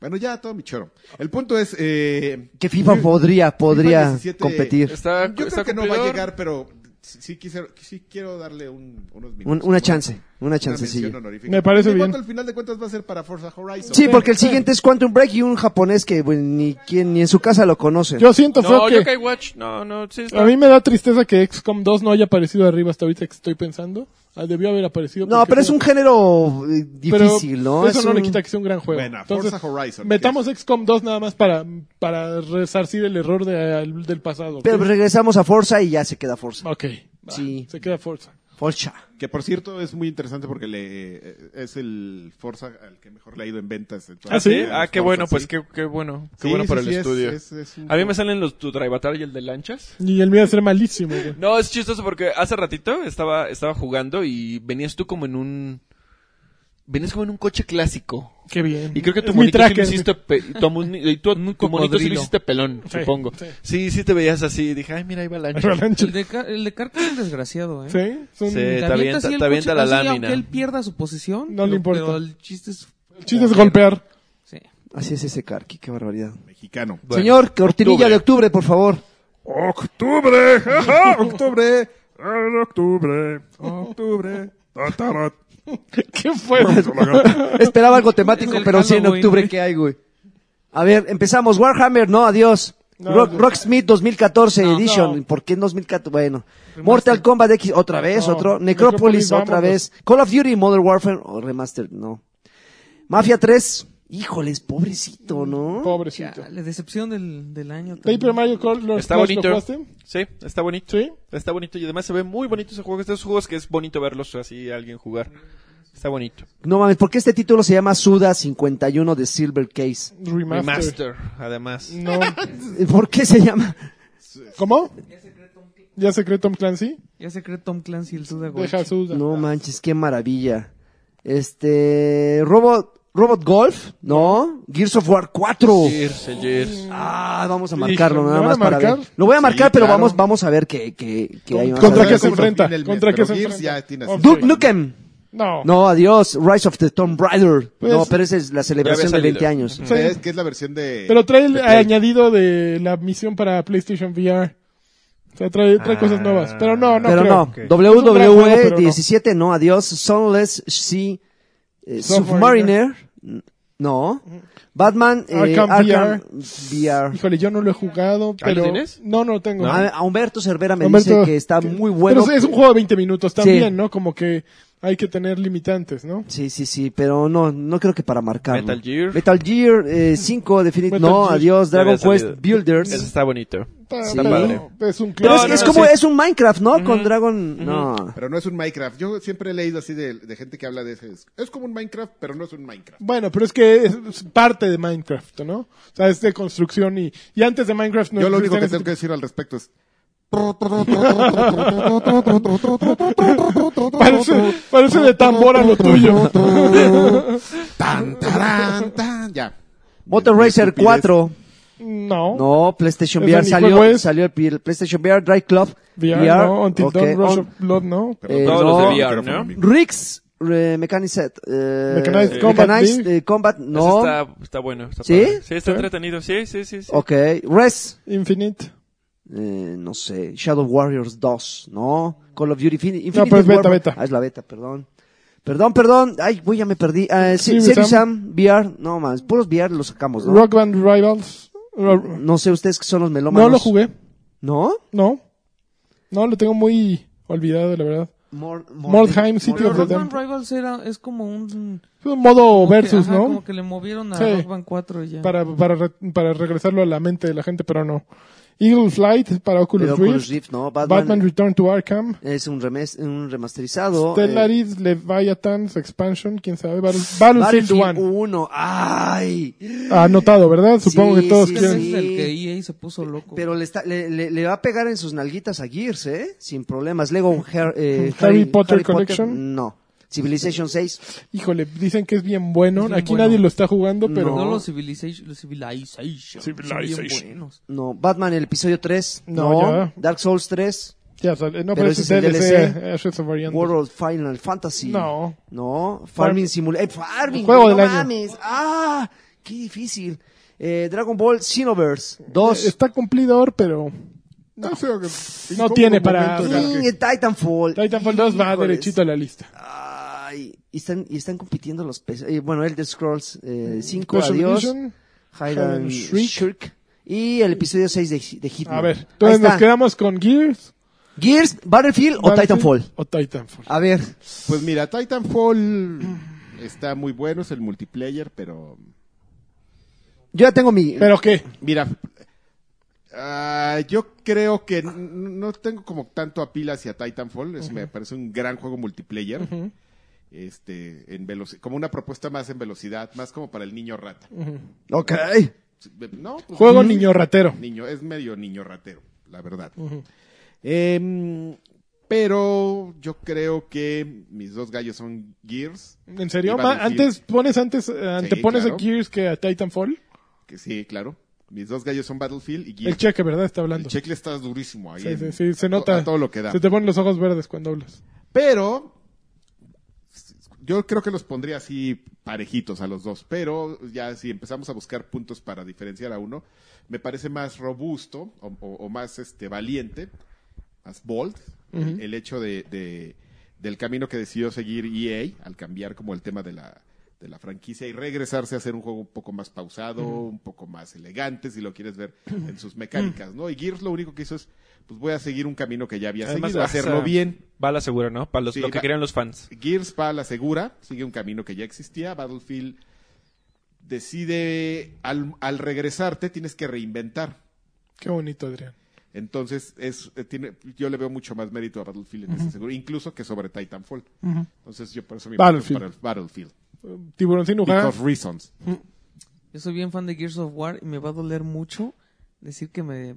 Bueno, ya todo mi choro. El punto es... Eh,
Que FIFA podría, podría
17
competir.
Está,
yo creo
está
que no va a
cumplidor.
llegar, pero sí, sí quisiera- sí quiero darle un- unos minutos.
Un- una chance, una chancecilla.
mención honorífica.
Me parece
Y
bien.
cuánto al final de cuentas va a ser para Forza Horizon.
Sí, porque el siguiente es Quantum Break y un japonés que bueno, ni quien ni en su casa lo conoce.
Yo siento, Fer,
No,
que
Yokai Watch, no, no, sí está.
a mí me da tristeza que XCOM 2 no haya aparecido arriba hasta ahorita que estoy pensando. Ah, debió haber aparecido.
no,
porque
pero es un género eh,
pero
difícil, ¿no?
Eso
Es
no le
un-
quita que sea un gran juego.
Bueno,
Entonces,
Forza Horizon.
Metamos XCOM 2 nada más para, para resarcir el error de- al- del pasado. ¿ok?
Pero regresamos a Forza y ya se queda Forza.
Ok. va,
Sí.
Se queda Forza.
Forza.
Que por cierto es muy interesante porque le, eh, es el Forza al que mejor le ha ido en ventas. de todas
¿Ah, sí?
las
Ah, qué
Forza,
bueno,
sí.
pues qué, qué bueno.
Sí,
Qué bueno
sí,
para
sí,
el
es-
estudio.
es- es un-
A mí me salen los tu Drivatar y el de lanchas.
Y el mío va a ser malísimo, güey.
No, es chistoso porque hace ratito estaba, estaba jugando y venías tú como en un... Venías como en un coche clásico.
Qué bien.
Y creo que tu
Es mi
monito sí lo
tracker.
hiciste... pe- y tu, amu- y tu- tu monito sí lo
cocodrilo.
hiciste pelón,
Sí,
supongo.
sí.
Sí. sí, te veías así. y Dije, ay, mira, ahí va lancha.
Avalanche.
El de, Car- el de Carter es un desgraciado, ¿eh?
Sí, es un-
Sí.
Te
Te avienta-
así el
te avienta
coche,
la
así,
lámina.
Aunque él pierda su posición.
No le
pero-
importa.
Pero el chiste es...
el chiste es golpear.
Sí.
Así es ese Karki, qué barbaridad.
Mexicano.
Señor, cortinilla de octubre, por favor.
Octubre, ajá, octubre, en octubre, octubre, tatarot.
¿Qué fue?
Esperaba algo temático,
Es el
pero sí en
Halloween,
octubre
güey.
que hay, güey. A ver, empezamos. Warhammer, no, adiós.
No,
Rock,
no.
Rocksmith 2014
No,
Edition.
no.
¿Por qué 2014? Bueno. Mortal Kombat X, otra vez,
No.
otro. Necropolis,
Necrópolis,
otra
vámonos.
vez. Call of Duty, Modern Warfare, o Remastered, no. Mafia 3, híjoles, pobrecito, ¿no?
Pobrecito.
Ya, la decepción del, del año. también.
Paper Mario Col- Col-
Está
Col- ¿lo
bonito.
jugaste?
Sí, está bonito.
Sí.
Está bonito y además se ve muy bonito ese juego. Estos juegos que es bonito verlos así a alguien jugar. Está bonito.
No mames, ¿por qué este título se llama Suda 51 de Silver Case?
Remaster.
Remaster, además.
No.
¿Por qué se llama?
¿Cómo? Ya se cree Tom Clancy.
Ya se cree Tom Clancy el Suda Gold.
Deja su
No manches, qué maravilla. Este, Robot, Robot Golf, ¿no? Gears of War 4.
Gears, el Gears.
Ah, vamos a marcarlo
Hijo, ¿lo
nada
van
más
a
para ver.
marcar?
Lo voy a marcar, pero
claro.
vamos, vamos a ver que, que, que hay más.
¿Contra qué
adelante.
se enfrenta?
Fin del mes,
¿Contra qué
pero
se
Gears
enfrenta?
ya tiene
Ok.
así.
Duke Nukem.
No.
No, adiós. Rise of the Tomb Raider.
Pues-
no, pero esa es la celebración de
salido.
20 años.
Sí.
Es que es la versión de...
Pero trae el
de Play.
añadido de la misión para PlayStation VR. O sea, trae, trae cosas nuevas. Pero no, no
pero
creo.
no.
Es un gran juego, pero
WWE
no.
17, no, adiós. Sunless Sea eh, Submariner.
Submariner.
No. Batman eh,
Arkham
Arkham VR.
Híjole, yo no lo he jugado,
¿Ah, lo
pero...
tienes?
No, no lo tengo.
A, a Humberto Cervera Ah, me
Humberto,
dice que está
que-
muy bueno.
Pero es- es un juego de 20 minutos también,
Sí.
¿no? Como que hay que tener limitantes, ¿no?
Sí, sí, sí, pero no, no creo que para marcarlo.
Metal Gear.
Metal Gear eh, 5 Definitive.
Metal
No,
Gear.
adiós,
Ya había
Dragon Quest
salido.
Builders.
Ese está bonito.
Está,
Sí.
pero
padre.
Es un
pero
clon.
es,
no,
es
no,
como,
sí.
es un Minecraft, ¿no? Con Dragon, no.
Pero no es un Minecraft. Yo siempre he leído así de, de gente que habla de ese. Es, es como un Minecraft, pero no es un Minecraft.
Bueno, pero es que es es parte de Minecraft, ¿no? O sea, es de construcción y, y antes de Minecraft no
Yo lo único
existían
que
ese
tengo que decir al respecto es.
tipo- parece, parece de tambor a lo tuyo.
Tan, tarán, tan. Ya.
Motor
Mi
Racer
estupidez.
4.
No.
No, PlayStation
Ese
VR
ni juego
salió,
es.
salió el P- PlayStation VR, Drive Club,
VR,
VR,
no. Until
ok.
Dawn, Rush
On-
of Blood, no.
Pero
Eh,
Todos
no.
los de VR,
Micrófono,
¿no?
amigo.
Rix, eh, Mechanized, eh,
Mechanized Combat,
Mechanized,
sí.
eh, Combat, no,
Ese está, está bueno. está
¿Sí?
padre. Sí, está
¿Sí?
entretenido. Sí, sí, sí. sí.
ok, Res,
Infinite.
eh, no sé, Shadow Warriors 2, no, Call of Duty, Infin- Infinite
pero es pues, beta,
Warfare.
beta.
Ah, es la beta, perdón. Perdón, perdón, ay, güey, ya me perdí. Eh, sí,
Serious
Serious
Sam.
Sam, VR, no más, puros VR los sacamos, ¿no?
Rock Band Rivals. Ro-
No sé ustedes que son los melómanos.
No lo jugué.
¿No?
No. No, lo tengo muy olvidado, la verdad.
Mor-
Mordheim City
Pero
of the
Rock
Damn.
Band Rivals era, es como un...
Es un modo
como que-
versus,
ajá, Como
¿no?
que le movieron a
Sí.
Rock Band 4 y ya.
Para, para, re- para regresarlo a la mente de la gente, pero no. Eagle Flight para Oculus,
Pero Oculus
Rift,
Rift, no.
Batman,
Batman,
Return to Arkham,
es un, remes- un remasterizado. eh,
Stellaris, Leviathan's Expansion, quién sabe, Battle- Battlefield
Battlefield
1.
1. ¡Ay!
Anotado, ¿verdad? Supongo
Sí,
que todos
sí,
Ese
quieren.
es el que EA se puso loco.
Pero le, está- le, le- le va a pegar en sus nalguitas a Gears, ¿eh? Sin problemas. Lego Har- eh,
Harry Potter Collection.
No. Civilization 6.
Híjole, dicen que es bien bueno.
Es bien
Aquí
bueno.
nadie lo está jugando, pero
no los Civilization, los Civilization. Civilization. Son bien buenos.
No. Batman, el episodio 3.
No, ya.
Dark Souls 3.
ya sale. No,
Pero
pero,
ese
ese
es el
es DLC,
DLC.
Ashes of Orion.
World of Final Fantasy.
No.
No. Farming Simulator. Farming.
Juego
no
del año.
mames. Ah, qué difícil. Eh, Dragon Ball Xenoverse 2.
Está cumplidor, pero
No,
No tiene para-
Y Titanfall.
Titanfall 2 va
Híjoles.
derechito a la lista.
Ay, y están, y están compitiendo los pesos. Eh, bueno, Elder Scrolls 5,
Crush
adiós.
Mm. Edition.
Hide
Hide
and
and Shriek.
Shriek. Y el episodio 6 de, de Hitman.
A ver,
Ahí
entonces
está.
nos quedamos con Gears,
Gears, Battlefield o
Battlefield
Titanfall.
O Titanfall.
A ver,
Pues mira,
Mm.
Titanfall está muy bueno, es el multiplayer, pero
yo ya tengo mi...
¿Pero qué?
mira, ah, yo creo que n- no tengo como tanto apil hacia Titanfall, es- me parece un gran juego multiplayer. Este, en veloci- como una propuesta más en velocidad, más como para el niño rata.
ok.
No, pues,
Juego
mm,
niño ratero.
niño, es medio niño ratero, la verdad. Em, pero yo creo que mis dos gallos son Gears,
¿En serio?
Iba a
Ma-
decir-
Antes pones antes eh, antepones
claro.
a Gears que a Titanfall.
que sí, claro. Mis dos gallos son Battlefield y
El
Gears.
cheque, ¿verdad? Está hablando.
El checle está durísimo ahí.
Sí,
en-
sí, sí, se
to-
nota.
a todo lo que da.
Se te ponen los ojos verdes cuando hablas.
Pero yo creo que los pondría así parejitos a los dos. Pero ya si empezamos a buscar puntos para diferenciar a uno, me parece más robusto o, o- o más este valiente, más bold, el, el hecho de, de- del camino que decidió seguir EA al cambiar como el tema de la de la franquicia y regresarse a hacer un juego un poco más pausado, un poco más elegante, si lo quieres ver en sus mecánicas, ¿no? Y Gears lo único que hizo es, pues voy a seguir un camino que ya había
Además,
seguido,
vas a-
hacerlo bien.
Va a la segura, ¿no? Para los,
Sí,
lo que
va-
querían los fans.
Gears va a la segura, sigue un camino que ya existía. Battlefield decide, al, al regresarte, tienes que reinventar.
Qué bonito, Adrián.
Entonces, es, eh, tiene, yo le veo mucho más mérito a Battlefield en ese seguro, incluso que sobre Titanfall. Entonces, yo por eso me voto
Battlefield.
para el Battlefield.
Tiburón sin lugar.
Because reasons.
Yo soy bien fan de Gears of War y me va a doler mucho decir que me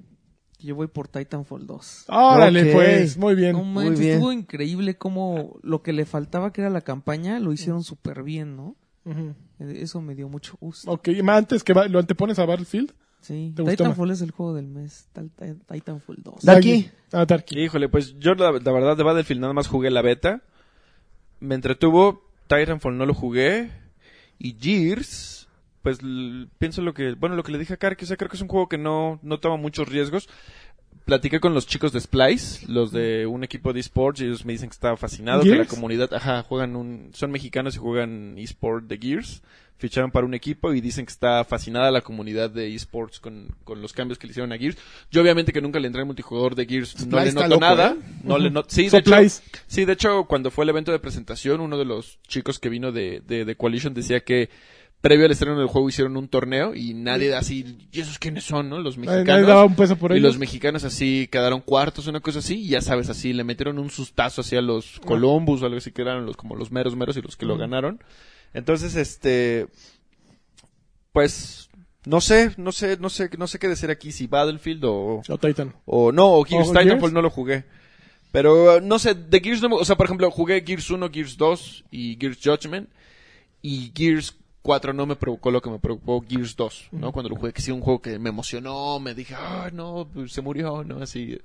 que yo voy por Titanfall 2.
Órale,
Ok.
pues. Ah, Muy bien.
No manches,
muy bien.
estuvo increíble como lo que le faltaba que era la campaña lo hicieron súper bien, ¿no?
Ujú.
Eh, Eso me dio mucho gusto.
Ok, ma, antes que va- lo antepones a Battlefield.
Sí,
¿Te gustó
Titanfall es el juego del mes, tal- tal- Titanfall 2.
Da- Darky.
Ah, Darky.
Híjole, pues yo la, la verdad de Battlefield nada más jugué la beta. Me entretuvo. Titanfall no lo jugué. Y Gears, pues l- pienso lo que, bueno, lo que le dije a Car, que o sea, creo que es un juego que no, no toma muchos riesgos. Platiqué con los chicos de Splice, los de un equipo de esports, y ellos me dicen que está fascinado, que la
¿Gears?
comunidad, ajá, juegan un, son mexicanos y juegan esport de Gears. Ficharon para un equipo y dicen que está fascinada la comunidad de esports con, con los cambios que le hicieron a Gears. Yo obviamente que nunca le entré al multijugador de Gears, no
Splice
le
está loco,
noto nada.
¿eh?
No le not- sí, de hecho,
Supplies.
sí, de hecho, cuando fue el evento de presentación, uno de los chicos que vino de, de, de Coalition decía que previo al estreno del juego hicieron un torneo y nadie así, ¿y esos quiénes son, no? Los
Nadie-
mexicanos.
nadie daba un peso por
y
ellos.
los mexicanos así quedaron cuartos, una cosa así, y ya sabes, así le metieron un sustazo hacia los
Ah.
Columbus o algo así, que eran los, como los meros meros y los
Mm.
que lo ganaron. Entonces, este, pues, no sé, no sé, no sé, no sé qué decir aquí, si Battlefield o...
O Oh, Titan.
O no, o Gears
¿O
Titanfall
Gears?
no lo jugué. Pero eh, no sé, de Gears no me- O sea, por ejemplo, jugué Gears 1, Gears 2 y Gears Judgment. Y Gears 4 no me provocó lo que me provocó Gears 2, ¿no? Cuando lo jugué, que sí, un juego que me emocionó, me dije, ah, no, pues, se murió, no, así.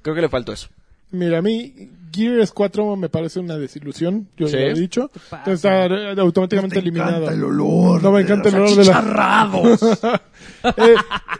Creo que le faltó eso.
Mira, a mí Gears 4 me parece una desilusión, yo
Sí.
ya lo he dicho.
pasa?
Entonces está eh, automáticamente eliminado.
encanta el olor
No me
de
encanta el
los
olor de la... Eh,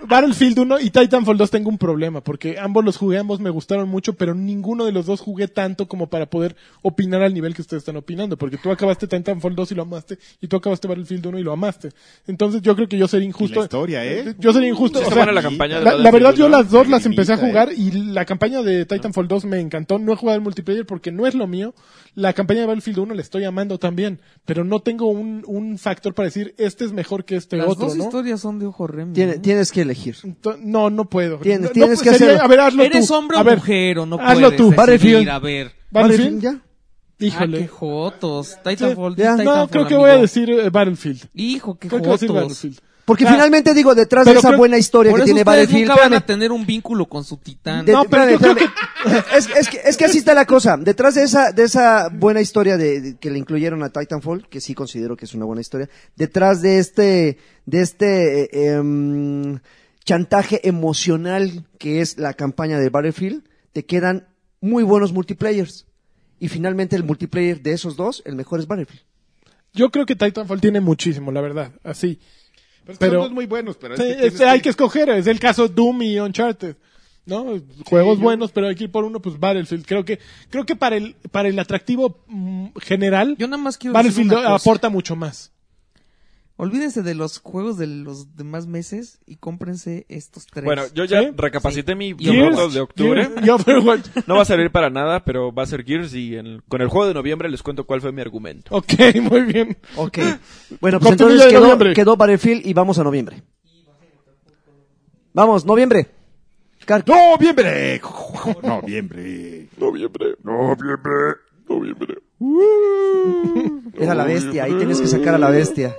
Battlefield 1 y Titanfall 2 tengo un problema, porque ambos los jugué, ambos me gustaron mucho, pero ninguno de los dos jugué tanto como para poder opinar al nivel que ustedes están opinando, porque tú acabaste Titanfall 2 y lo amaste, y tú acabaste Battlefield 1 y lo amaste. Entonces yo creo que yo sería injusto.
la historia, ¿eh?
Yo sería injusto.
Sí,
o
está
sea,
buena la campaña
la,
de
la
Battlefield,
verdad yo
¿no? ¿eh?
las dos las empecé a
Grimita,
jugar y la campaña de Titanfall 2 me me encantó. No he jugado el multiplayer porque no es lo mío. La campaña de Battlefield 1 la estoy amando también, pero no tengo un, un factor para decir este es mejor que este
Las
otro,
dos
¿no?
historias son de ojo remo.
Tiene-
¿no?
tienes que elegir.
Ento- No, no puedo.
Tienes-
No, no,
tienes que hacerlo.
A ver, hazlo
¿Eres
tú.
hombre
A
o
ver,
mujer o no
hazlo
puedes
tú.
decidir?
Battlefield.
A ver.
Battlefield.
ya.
Ah,
Híjole.
qué jotos. Titanfall.
Sí.
di
Ya.
Titanfall,
no, creo que
amigo.
voy a decir eh, Battlefield.
Hijo, qué
Creo que voy a decir
jotos.
Battlefield.
Porque
Ah,
finalmente digo, detrás de
pero
esa
creo-
buena historia
Por
que
eso
tiene
ustedes
Battlefield.
nunca van
espérame.
a tener un vínculo con su titán.
De-
No,
de-
pero yo
espérame,
creo
espérame. Es, es que, es que así está la cosa. Detrás de esa, de esa buena historia de, de- que le incluyeron a Titanfall, que sí considero que es una buena historia, detrás de este, de este eh, em, chantaje emocional que es la campaña de Battlefield, te quedan muy buenos multiplayers. Y finalmente el multiplayer de esos dos, el mejor es Battlefield.
Yo creo que Titanfall tiene muchísimo, la verdad. Así.
Pero, es que
Pero-
son dos muy buenos, pero es
Sí,
que
este,
tienes
hay
que-
que escoger, es el caso Doom y Uncharted. ¿No? Juegos buenos, pero hay que ir por uno, pues Battlefield. Creo que, creo que para el, para el atractivo mm, general,
Yo nada más quiero decir
Battlefield
una cosa.
aporta mucho más.
Olvídense de los juegos de los demás meses y cómprense estos tres.
Bueno, yo ya
¿Sí?
recapacité mi
Y Gears,
voto de octubre.
Gears y Overwatch.
No va a servir para nada, pero va a ser Gears y en- con el juego de noviembre les cuento cuál fue mi argumento.
ok, muy bien.
Ok. Bueno, pues
Cortinilla
entonces
de
quedó,
noviembre.
quedó Battlefield y vamos a noviembre. Vamos, noviembre. Car-
¡Oh,
Noviembre. Noviembre.
Noviembre. Noviembre. Noviembre.
Era la bestia, ahí tienes que sacar a la bestia.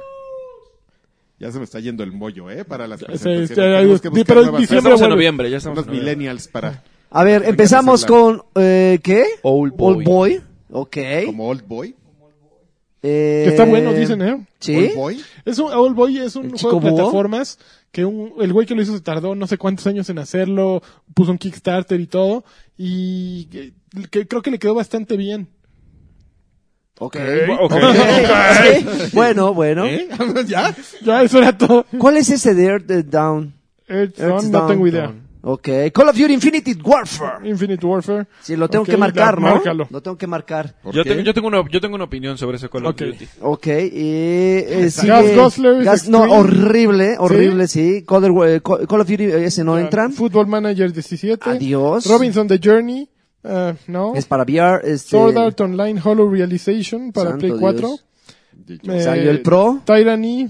Ya se me está yendo el mollo, ¿eh? Para las
sí,
presentaciones.
sí,
Tenemos que
sí,
buscar
pero en
nuevas-
diciembre-
Ya
unos-
estamos en
vuelve.
noviembre, ya estamos
unos
en noviembre.
millennials para
A ver,
Hay que
empezamos
hacerla.
con, eh, ¿qué?
Old Boy.
Ok.
como old boy,
Eh,
Que está bueno, dicen, ¿eh?
Sí.
old boy.
Es un, Oldboy es un juego
¿El
de
chico búho?
plataformas que un, el güey que lo hizo se tardó no sé cuántos años en hacerlo, puso un Kickstarter y todo, y que- que creo que le quedó bastante bien.
Ok. ¿Eh?
Ok.
Ok. Bueno, bueno.
¿Ya?
Ya, eso era todo.
¿Cuál es ese de Earth eh, Down?
Earth
Earth
Dawn, no
Dawn.
tengo idea.
Ok. Call of Duty Infinity Warfare.
Infinite Warfare.
Sí, lo tengo
Ok,
que marcar,
ya,
¿no?
Márcalo.
Lo tengo que marcar.
¿Por
Yo
qué?
tengo, yo, tengo una, yo tengo una opinión sobre ese Call of
Ok.
Duty.
Ok, y eh, sigue-
Gas Guzzlers
Gas- no,
Extreme.
horrible, horrible, sí. Call, of- eh, Call- Call of Duty eh, ese no
Ya,
entra.
Football Manager 17.
Adiós.
Robinson The Journey. ah, no.
Es para VR, este.
Sword Art Online Hollow Realization para
Santo
Play
Dios.
4. Eh,
Salió el Pro.
Tyranny.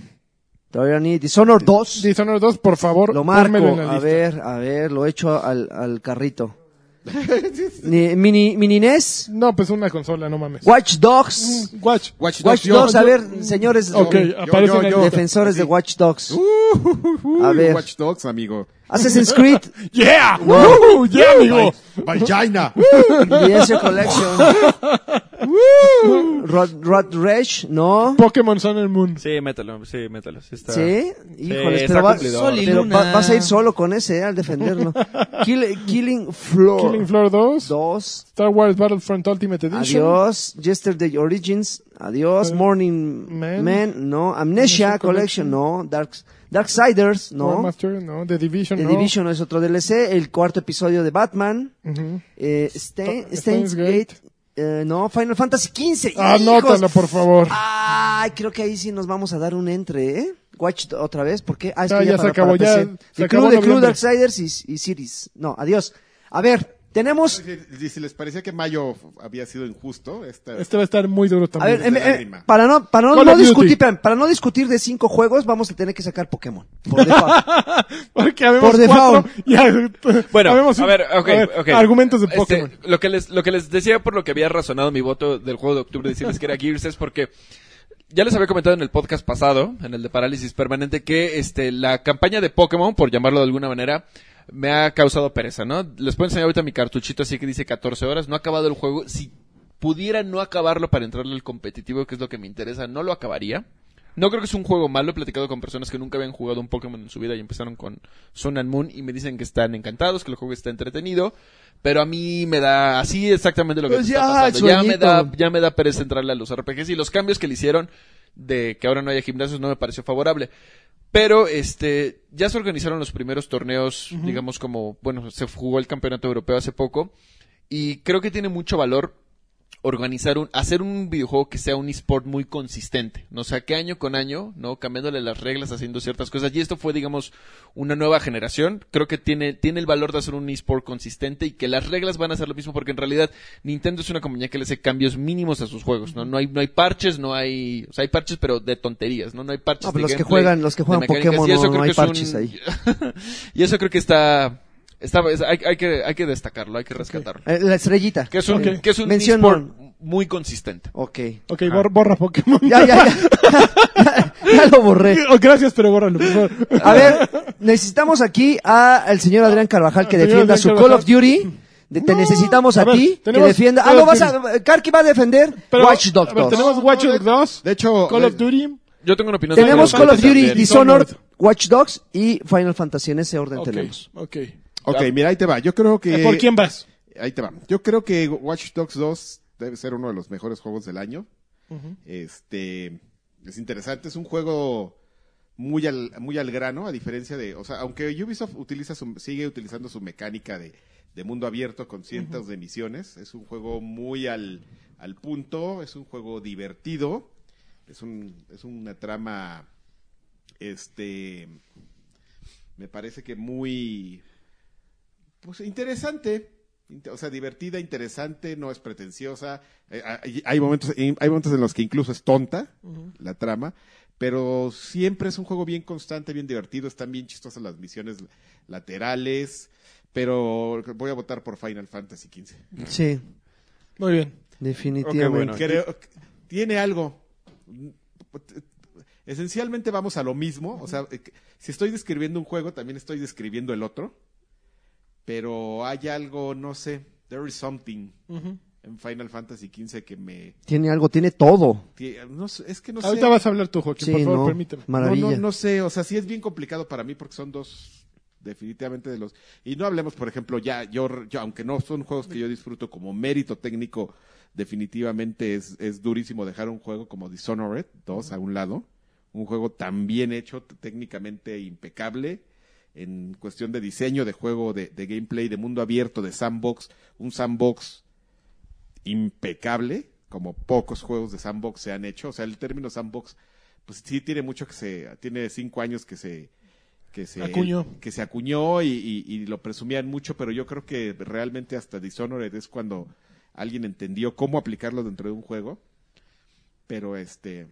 Todavía ni Dishonored 2.
Dishonored 2, por favor.
Lo marco.
pónmelo en la
A
lista.
ver, a ver, lo echo al, al carrito. Ni- mini, mini NES.
No, pues una consola, no mames.
Watch Dogs.
Watch.
Watch Dogs,
Watch
yo-
Dogs,
Mm,
a
yo-
ver, señores.
Ok,
yo-
aparece
yo-
en la
yo-
lista.
Defensores de Watch Dogs.
Uy,
A ver.
Watch Dogs, amigo.
Assassin's Creed. Ah,
¡Yeah! ¡Woo! ¡Yeah, amigo!
Vagina.
DS Collection. Rod, Rod Rage, no.
Pokémon Sun and Moon.
Sí, mételo, sí, mételo. Sí, está.
Sí, híjoles,
está
pero, va-
cumplidor.
Sol y
pero
luna.
va- vas a ir solo con ese eh, al defenderlo. Kill- Killing Floor
Killing Floor 2.
2,
Star Wars Battlefront Ultimate Edition.
adiós. Yesterday Origins, adiós.
Eh,
Morning
Man.
Man, no. Amnesia
Amnesia
Collection, no. Dark, Darksiders, no.
Warmaster, no. The Division,
The
no.
Division es otro DLC. El cuarto episodio de Batman.
Ujú.
Eh, Stain-
Sta-
Stains
Stains Gate. Ah,
Gate. eh, no, Final Fantasy XV.
Anótalo,
hijos.
por favor.
Ay, creo que ahí sí nos vamos a dar un entre, ¿eh? Watch otra vez, ¿por qué? Ah, es
Ya,
que ya,
ya se
para-
acabó,
para
ya
PC.
se
The
acabó
Crew, The Crew,
noviembre.
Darksiders y, y Cities. No, adiós. A ver, tenemos...
Si- Si, si les parecía que mayo había sido injusto, esta,
Este va a estar muy duro
A
también.
ver, em, em,
lágrima.
para no, para no,
Call
no
of Duty.
discutir, para, para no discutir de cinco juegos, vamos a tener que sacar Pokémon. Por default.
Porque habemos
Por default.
cuatro y hab-
Bueno,
habemos-
a ver, ok,
a ver,
ok.
Argumentos de
Este,
Pokémon.
lo, que les, lo que les decía por lo que había razonado mi voto del juego de octubre, decirles que era Gears, es porque ya les había comentado en el podcast pasado, en el de Parálisis Permanente, que este, la campaña de Pokémon, por llamarlo de alguna manera, me ha causado pereza, ¿no? Les puedo enseñar ahorita mi cartuchito así que dice 14 horas, no ha acabado el juego. Si pudiera no acabarlo para entrarle al competitivo, que es lo que me interesa, no lo acabaría. No creo que es un juego malo. He platicado con personas que nunca habían jugado un Pokémon en su vida y empezaron con Sun and Moon y me dicen que están encantados, que el juego está entretenido. Pero a mí me da así exactamente lo que te
Pues
está
ya,
pasando. Ya me,
sueñito.
da, ya me da pereza entrarle a los RPGs y los cambios que le hicieron de que ahora no haya gimnasios no me pareció favorable. Pero este ya se organizaron los primeros torneos, digamos como, bueno, se jugó el Campeonato Europeo hace poco y creo que tiene mucho valor organizar un, hacer un videojuego que sea un esport muy consistente, ¿no? O sea, que año con año, ¿no? Cambiándole las reglas, haciendo ciertas cosas. Y esto fue, digamos, una nueva generación. Creo que tiene, tiene el valor de hacer un esport consistente y que las reglas van a ser lo mismo porque en realidad Nintendo es una compañía que le hace cambios mínimos a sus juegos, ¿no? No hay, no hay parches, no hay, o sea, hay parches pero de tonterías, ¿no? No hay parches
No,
de
Ah, pero los que
gameplay,
juegan- los que
de
juegan
mecánicas,
Pokémon
y eso
no-
creo
no
que
hay
es un-
parches ahí.
y eso creo que está, está, es- hay, hay que, hay que destacarlo, hay que rescatarlo.
Eh, La estrellita.
Que es un,
Ok.
que es un
Mención
esport
mon.
muy consistente.
Ok.
Ok,
ah.
bor- borra Pokémon.
Ya, ya, ya. ya, ya lo borré.
Oh, gracias, pero bórralo, por favor.
A ver, necesitamos aquí a- al señor Adrián Carvajal que
Al Ah, señor
defienda
Adrián
su Call
Carvajal.
of Duty. De- te
No.
necesitamos a,
A ver,
ti que
tenemos
defienda. Ah,
Call
no
of
vas a. Karki va a defender
Pero,
Watch Dogs
a ver,
2.
Tenemos Watch Dogs 2.
De hecho, eh,
Call of
de-
Duty.
Yo tengo una opinión.
Tenemos
sobre
Call
los
of Duty,
antes también.
Dishonored,
Dishonored.
Watch Dogs y Final Fantasy. En ese orden
Ok,
tenemos.
ok.
Ok, mira, ahí te va. Yo creo que...
Eh, ¿Por quién vas?
Ahí te va. Yo creo que Watch Dogs 2 debe ser uno de los mejores juegos del año. Este es interesante, es un juego muy al, muy al grano, a diferencia de, o sea, aunque Ubisoft utiliza su- sigue utilizando su mecánica de, de mundo abierto con cientos de misiones, es un juego muy al, al punto, es un juego divertido, es un, es una trama este me parece que muy pues interesante Inte- o sea divertida interesante no es pretenciosa Eh, hay, hay momentos hay momentos en los que incluso es tonta la trama pero siempre es un juego bien constante bien divertido están bien chistosas las misiones laterales pero voy a votar por Final Fantasy XV
Sí,
Muy bien.
definitivamente.
Creo que tiene algo. Esencialmente vamos a lo mismo. O sea, eh, que- si estoy describiendo un juego, también estoy describiendo el otro. Pero hay algo, no sé. There is something en Final Fantasy XV que me.
Tiene algo, tiene todo.
que- no sé, es que no
Ahorita
sé.
vas a hablar tú, Joaquín,
Sí,
por favor,
no,
permíteme.
maravilla.
No, no, no sé, o sea, sí es bien complicado para mí porque son dos definitivamente de los y no hablemos por ejemplo ya yo, yo aunque no son juegos que yo disfruto como mérito técnico definitivamente es, es durísimo dejar un juego como Dishonored 2 a un lado un juego tan bien hecho t- técnicamente impecable en cuestión de diseño de juego de, de gameplay de mundo abierto de sandbox un sandbox impecable, como pocos juegos de sandbox se han hecho. O sea, el término sandbox, pues sí tiene mucho que se, tiene cinco años que se, que se
Acuñó.
que se acuñó y, y- y lo presumían mucho, pero yo creo que realmente hasta Dishonored es cuando alguien entendió cómo aplicarlo dentro de un juego. Pero este,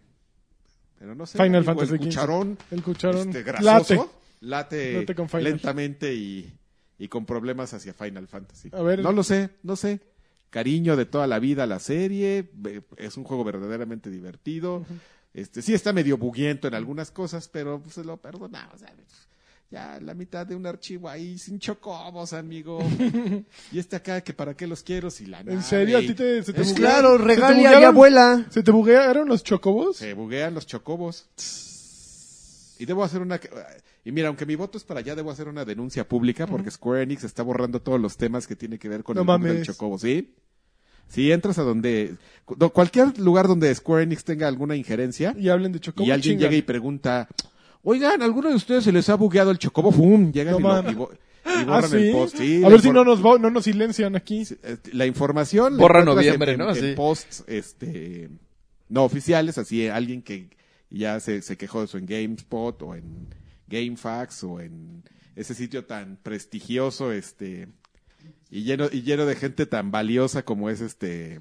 pero no sé,
Final
amigo,
Fantasy
el
XV.
cucharón,
El cucharón
este,
late.
grasoso, late,
Late con Final.
lentamente y, y con problemas hacia Final Fantasy.
A ver.
No lo sé, no sé. Cariño de toda la vida a la serie, ve- es un juego verdaderamente divertido. Este sí está medio buguiento en algunas cosas, pero pues, se lo perdonamos. ¿sabes? Ya la mitad de un archivo ahí sin chocobos, amigo. y este acá que para qué los quiero si la
¿En
nave.
serio? ¿A ti te, se te
Es
buguearon?
Claro,
¿Se te
regale a mi
buguearon?
abuela.
¿Se te buguearon los chocobos?
Se buguean los chocobos. Y debo hacer una... Y mira, aunque mi voto es para allá, debo hacer una denuncia pública porque Square Enix está borrando todos los temas que tiene que ver con
No
el mundo del
mames.
chocobo, ¿sí? Si entras a donde... cu- no, Cualquier lugar donde Square Enix tenga alguna injerencia
Y hablen de chocobos.
y alguien
chingan.
llega y pregunta... Oigan, ¿alguno de ustedes se les ha bugueado el chocobo? ¡Fum! Llegan
No
y, lo-
mames.
y bo- y borran
Ah, ¿sí?
el post. Sí,
a
la
ver si
infor-
no nos, bo- no nos silencian aquí.
eh, la información la
Borra
encuentras
noviembre,
en-
¿no?
en- en
Así.
posts este no oficiales así eh, alguien que ya se, se quejó de eso en GameSpot o en GameFAQs o en ese sitio tan prestigioso este y lleno y lleno de gente tan valiosa como es este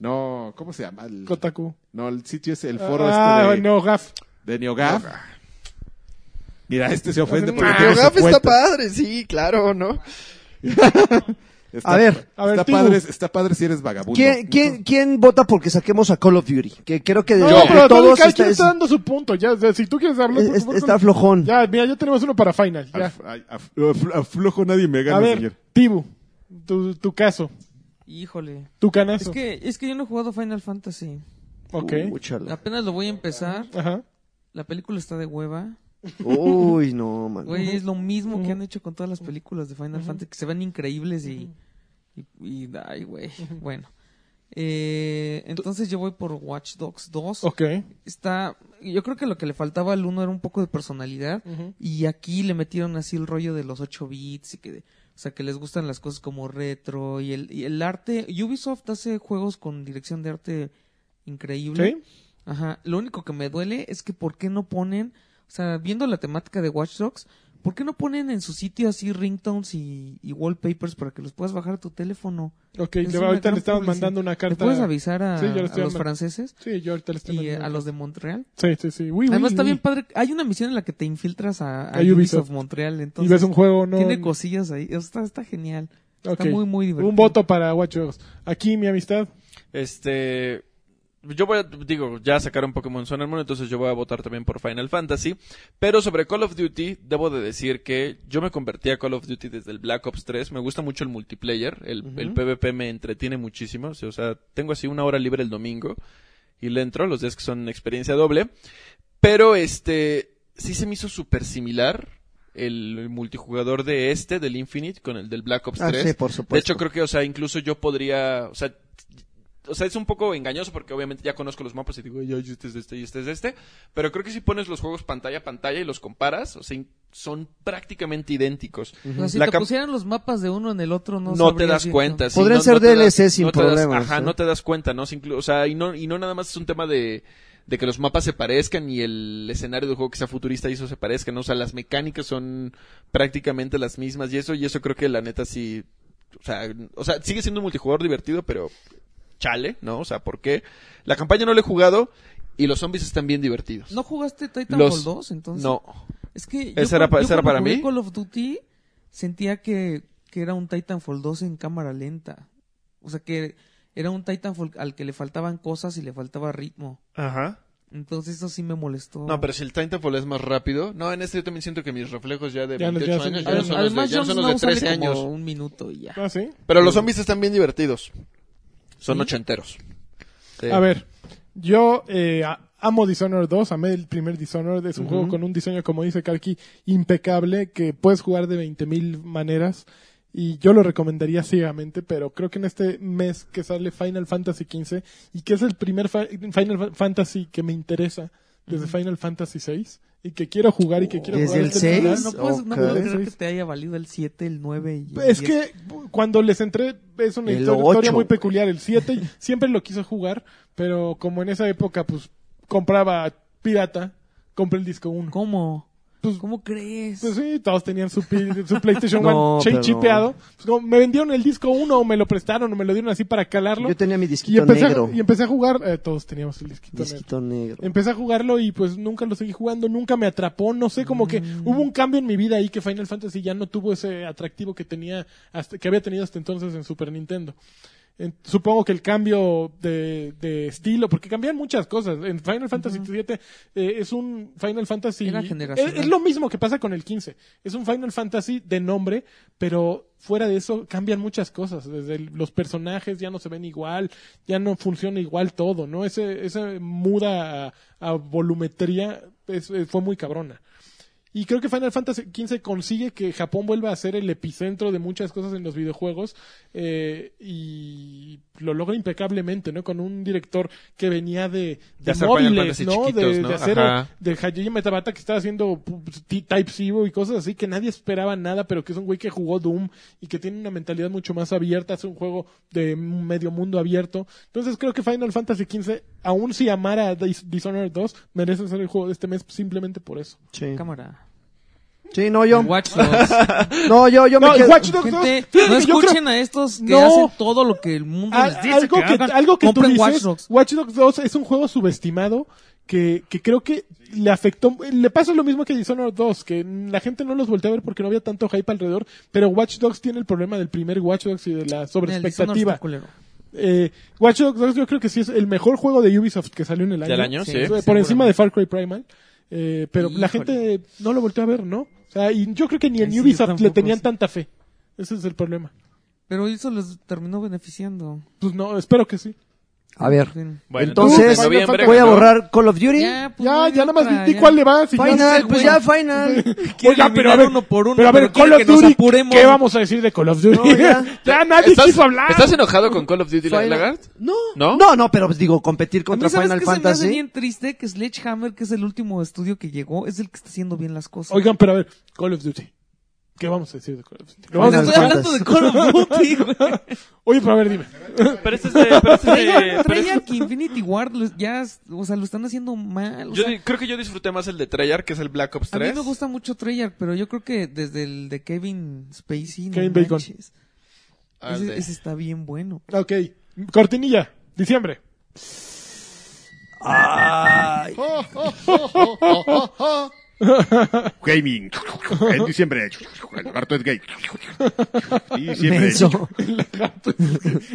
no cómo se llama El-
Kotaku.
no el sitio es el foro
ah,
este de,
no, Gaf.
de NeoGAF mira este se ofende porque tiene su
Geograf está
cuenta.
padre, sí, claro, ¿no?
Está-
A ver,
a ver,
está
Tibu.
padre está padre si eres vagabundo
¿Quién, quién, quién vota porque saquemos a Call of Duty? Que creo que de,
No,
de
pero todo
todos
cada
está,
quien está
es-
pues, dando su punto. Ya, o sea, si tú quieres hablar, por
es-
favor,
está
con-
flojón.
Ya, mira, ya tenemos uno para final. Ya.
Af- ay, af- af- aflojo nadie me gana,
A ver,
señor.
Tibu, tu, tu caso,
Híjole.
tu
Es
canazo.
que, es que yo no he jugado Final Fantasy.
Ok.
Uh, chala.
Apenas lo voy a empezar.
Ajá.
La película está de hueva.
Uy, no, man.
Güey, es lo mismo que han hecho con todas las películas de Final Fantasy, que se ven increíbles y... y, y- ay, güey. Bueno. Eh, entonces yo voy por Watch Dogs 2.
Ok.
Está, yo creo que lo que le faltaba al uno era un poco de personalidad
Ujú.
y aquí le metieron así el rollo de los 8 bits y que, o sea, que les gustan las cosas como retro y el, y el arte. Ubisoft hace juegos con dirección de arte increíble.
¿Sí?
Ajá. Lo único que me duele es que por qué no ponen, o sea, viendo la temática de Watch Dogs, ¿por qué no ponen en su sitio así ringtones y, y wallpapers para que los puedas bajar a tu teléfono?
Ok,
Es
le-
una
ahorita
gran
le estamos
publicidad.
mandando una
¿Le
carta.
puedes avisar a,
Sí, yo lo
a
estoy
los
mandando.
franceses
Sí, yo ahorita le estoy
y eh,
mandando.
a los de Montreal?
Sí, sí, sí. Uy, uy,
Además está
uy.
bien padre. Hay una misión en la que te infiltras a, a
A Ubisoft.
Ubisoft Montreal,
Y
entonces
ves un juego, ¿no?
tiene cosillas ahí. Está, está genial.
Ok.
Está muy, muy divertido.
Un voto para Watch Dogs. Aquí, mi amistad.
Este. Yo voy a, digo, ya sacaron Pokémon Sun and Moon, entonces yo voy a votar también por Final Fantasy. Pero sobre Call of Duty, debo de decir que yo me convertí a Call of Duty desde el Black Ops 3. Me gusta mucho el multiplayer, el, el PvP me entretiene muchísimo. O sea, O sea, tengo así una hora libre el domingo y le entro, los días que son experiencia doble. Pero este, sí se me hizo súper similar el multijugador de este, del Infinite, con el del Black Ops
Ah,
3.
sí, por supuesto.
De hecho, creo que, o sea, incluso yo podría, o sea, o sea, es un poco engañoso porque obviamente ya conozco los mapas y digo, yo, yo, este es de este y este es de este. Pero creo que si pones los juegos pantalla a pantalla y los comparas, o sea, in- son prácticamente idénticos.
O sea, si
La
te
cam-
pusieran los mapas de uno en el otro, no
No, te
sabrías
das
bien,
cuenta.
¿no?
sí,
Podrían
no-
ser
no te das-
DLC sin
no te das-
problemas,
ajá,
¿eh?
no te das cuenta, ¿no? Se inclu- O sea, y no, y no nada más es un tema de, de que los mapas se parezcan y el escenario del juego que sea futurista y eso se parezca, ¿no? O sea, las mecánicas son prácticamente las mismas y eso, y eso creo que la neta sí. O sea, o sea sigue siendo un multijugador divertido, pero chale, ¿no? O sea, ¿por qué? La campaña no la he jugado y los zombies están bien divertidos.
¿No jugaste Titanfall
Los-
2 entonces?
No.
Es que
¿Esa era pa-
cuan-
esa era
cuando
para
jugué
mí?
Call of Duty sentía que, que era un Titanfall 2 en cámara lenta. O sea que era un Titanfall al que le faltaban cosas y le faltaba ritmo.
Ajá.
Entonces eso sí me molestó.
No, pero si el Titanfall es más rápido. No, en este yo también siento que mis reflejos ya de
Ya no- ya
28
son-
años ya no
Adem-
son los de,
Además,
ya no
Jon
son los de
Snow sale
13
como
años.
un minuto y ya.
Ah, sí.
Pero los zombies están bien divertidos. Son ochenteros. Sí.
A ver, yo eh, a- amo Dishonored 2, amé el primer Dishonored. Es un juego con un diseño, como dice Karki, impecable, que puedes jugar de 20.000 maneras. Y yo lo recomendaría ciegamente, pero creo que en este mes que sale Final Fantasy XV, y que es el primer fa- Final Fa- Fantasy que me interesa desde Final Fantasy VI, y que quiero jugar y que quiero
¿Desde
jugar.
el
este
seis?
final.
No, puedes, no
Ok.
puedo creer que te haya valido el 7, el 9 y el
Pues, Es
10.
que cuando les entré es una
El
historia,
ocho,
historia muy
güey.
peculiar. El 7 siempre lo quiso jugar, pero como en esa época pues compraba pirata, compré el disco 1.
¿Cómo?
Pues-
¿Cómo crees?
Pues sí, todos tenían su, pi- su PlayStation 1
No, pero no.
chipeado. Pues, como me vendieron el disco 1 o me lo prestaron o me lo dieron así para calarlo.
Yo tenía mi
y,
disquito
empecé,
negro.
y empecé a jugar, eh, todos teníamos el disquito negro.
Disquito negro.
Empecé a jugarlo y pues nunca lo seguí jugando, nunca me atrapó, no sé, como que hubo un cambio en mi vida ahí que Final Fantasy ya no tuvo ese atractivo que tenía hasta que había tenido hasta entonces en Super Nintendo. En- supongo que el cambio de, de estilo, porque cambian muchas cosas. En Final Fantasy VII eh, es un Final Fantasy.
Era generacional.
es- es lo mismo que pasa con el 15. Es un Final Fantasy de nombre, pero fuera de eso cambian muchas cosas. Desde el- los personajes ya no se ven igual, ya no funciona igual todo, ¿no? Ese, esa muda a, a volumetría es- eh, fue muy cabrona. Y creo que Final Fantasy XV consigue que Japón vuelva a ser el epicentro de muchas cosas en los videojuegos eh, y lo logra impecablemente, ¿no? Con un director que venía de, de,
hacer Final
móviles,
Fantasy
¿no?
chiquitos,
De,
¿no?
de hacer
Ajá.
de Hayao Metabata que estaba haciendo pu- t- Type Zero y cosas así que nadie esperaba nada, pero que es un güey que jugó Doom y que tiene una mentalidad mucho más abierta, es un juego de medio mundo abierto. Entonces creo que Final Fantasy XV, aún si amara a Dis- Dishonored 2, merece ser el juego de este mes simplemente por eso.
Sí.
Cámara.
Sí, no, yo.
Watch Dogs.
No, yo, yo me
No,
quedo.
Watch Dogs 2,
Gente,
fíjate
no
que yo creo-
escuchen a estos que
No.
hacen todo lo que el mundo
Al-
les dice
algo
que,
que,
hagan.
algo que tú
Compren
dices,
Watch Dogs.
2 es un juego subestimado que, que creo que le afectó, le pasa lo mismo que Dishonored 2, que la gente no los voltea a ver porque no había tanto hype alrededor, pero Watch Dogs tiene el problema del primer Watch Dogs y de la
El Dishonored
sobreexpectativa.
está culero.
Eh, Watch Dogs 2 yo creo que sí es el mejor juego de Ubisoft que salió en el año.
Del año, sí.
Eh, Por
seguramente.
encima de Far Cry Primal. Eh, pero la
Híjole.
gente no lo volteó a ver, ¿no? O sea, y yo creo que ni en
Ay, sí, yo
Ubisoft le
tampoco,
tenían
sí.
tanta fe. Ese es el problema.
Pero eso les terminó beneficiando.
Pues no, espero que sí.
A ver.
Bueno,
Entonces,
tú,
de noviembre
voy a
ganó.
borrar Call of Duty.
pues, no
Ya,
hay
ya nada más
otra,
di
ya.
cuál le va. si ya sé,
Final, pues
güey.
ya, final.
Quiere eliminar uno por uno,
pero a ver,
pero quiere
Call of
que nos
Duty,
apuremos.
¿qué vamos a decir de Call of Duty?
No,
ya.
ya.
nadie quiso hablar.
¿Estás enojado con Call of Duty la-
Final-
Lagart?
No.
¿No?
no, no, pero pues, digo, competir
A mí,
contra
¿sabes
Final
qué se me hace
Fantasy.
bien triste? Que Sledgehammer, que es el último estudio que llegó, es el que está haciendo bien las cosas.
Oigan, pero a ver, Call of Duty. ¿Qué vamos a decir de Call of Duty? Lo
Pues
vamos a-
Final
estoy hablando de Call of Duty, güey.
Oye, pero a ver, dime.
Pero este es de... Pero este es de-
Traía,
pero este-
traía que Infinity Ward lo- ya, o sea, lo están haciendo mal. o
Yo
sea,
di- creo que yo disfruté más el de Treyarch, que es el Black Ops
a
3.
mí me gusta mucho Treyarch, pero yo creo que desde el de Kevin Spacey, no
Kevin Bacon.
manches.
Ah, el
ese,
de-
ese está bien bueno.
Ok, cortinilla, diciembre.
Gaming. En diciembre. El lagarto es gay. Diciembre.
Menso.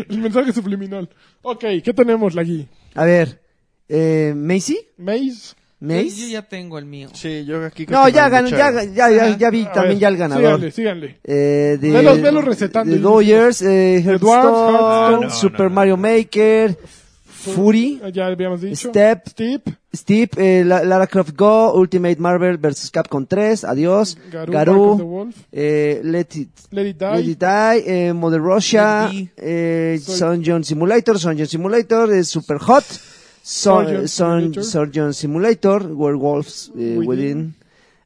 El mensaje subliminal. Ok, ¿qué tenemos, Lagui?
A ver, eh, ¿Macy?
¿Maze?
Yo,
¿Mace?
yo ya tengo el mío.
Sí, yo aquí creo
No,
que
ya,
me
ganó,
mucha-
ya, ya, ya, ya
Ah,
vi
A
también
ver,
ya el ganador.
Síganle, síganle.
Eh, de,
Velos- velos recetando.
de Dodgers, eh,
Edwards,
Hearthstone,
Hearthstone. No, no,
Super Mario Maker, Fury,
Ah, Ya habíamos dicho.
Step,
Step.
Steve, eh, La- Lara Croft Go, Ultimate Marvel vs. Capcom 3, adiós,
Garou. Mark of the
Garou,
Wolf.
eh, Let It,
Let it die.
Let It Die, eh, Mother Russia,
Let it
eh,
Sol-
Sungeon Simulator, Sungeon Simulator, eh, Super Hot,
Surgeon
Sun- Sun-
Simulator.
Surgeon Simulator, Werewolves eh,
Within.
Within.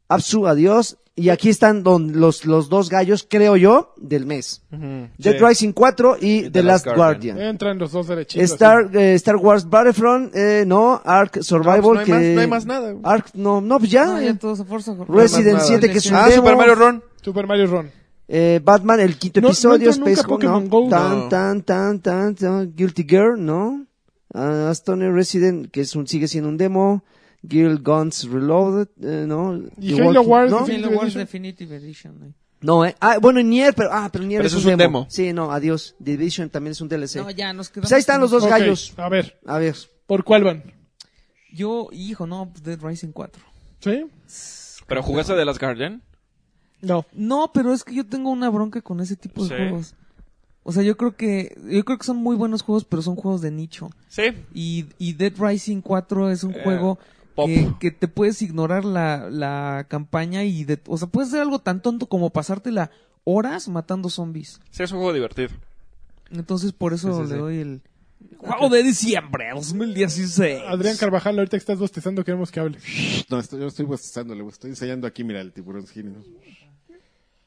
Absu, adiós. Y aquí están don- los, los dos gallos, creo yo, del mes. Dead
Sí.
Rising 4 y The, Last Guardian.
Entran los dos derechitos.
Star, eh, Star Wars Battlefront, eh, no, Ark
Ah,
Survival,
pues No
que...
hay, más, no hay más nada. güey.
Ark, no, no, pues ya.
No,
eh,
ya todos a Forza
Resident
Nada.
7 que es un
Ah,
demo.
Super Mario Run.
Super Mario Run.
eh, Batman, el quinto
No- no
episodio,
entra nunca
Space Hawk,
Pokémon
no.
Go.
Tan,
No.
tan, tan, tan, tan, Guilty Gear, no. Ah, Aston Resident, que es un, sigue siendo un demo. Guild Guns Reloaded, eh, no.
Y
The
Halo
Walking-
Wars,
no.
sí.
Halo
Definitive
Wars
Edition.
Definitive Edition. güey.
No, eh. Ah, bueno, Nier, pero, ah, pero Nier
Pero
es,
eso
un,
es un
demo.
demo.
Sí, no, adiós. Division también es un DLC.
No, ya nos quedamos.
pues ahí están
con-
los dos
Ok,
gallos.
A ver,
A ver.
¿por cuál van?
Yo, hijo, no, Dead Rising 4.
¿Sí?
Pero jugaste de Last Guardian.
No.
No, pero es que yo tengo una bronca con ese tipo de
Sí.
juegos. O sea, yo creo que yo creo que son muy buenos juegos, pero son juegos de nicho.
Sí.
Y, y Dead Rising 4 es un
Eh,
juego
pop.
que, que te puedes ignorar la, la campaña y de, o sea, puedes hacer algo tan tonto como pasártela horas matando zombies.
Sí, es un juego divertido.
Entonces, por eso
Sí, sí,
le
sí.
doy el juego de diciembre 2016.
Adrián Carvajal, ahorita que estás bostezando, queremos que hables.
No, estoy, yo no estoy bostezándole, güey. Estoy enseñando aquí, mira, el tiburón gine, ¿no?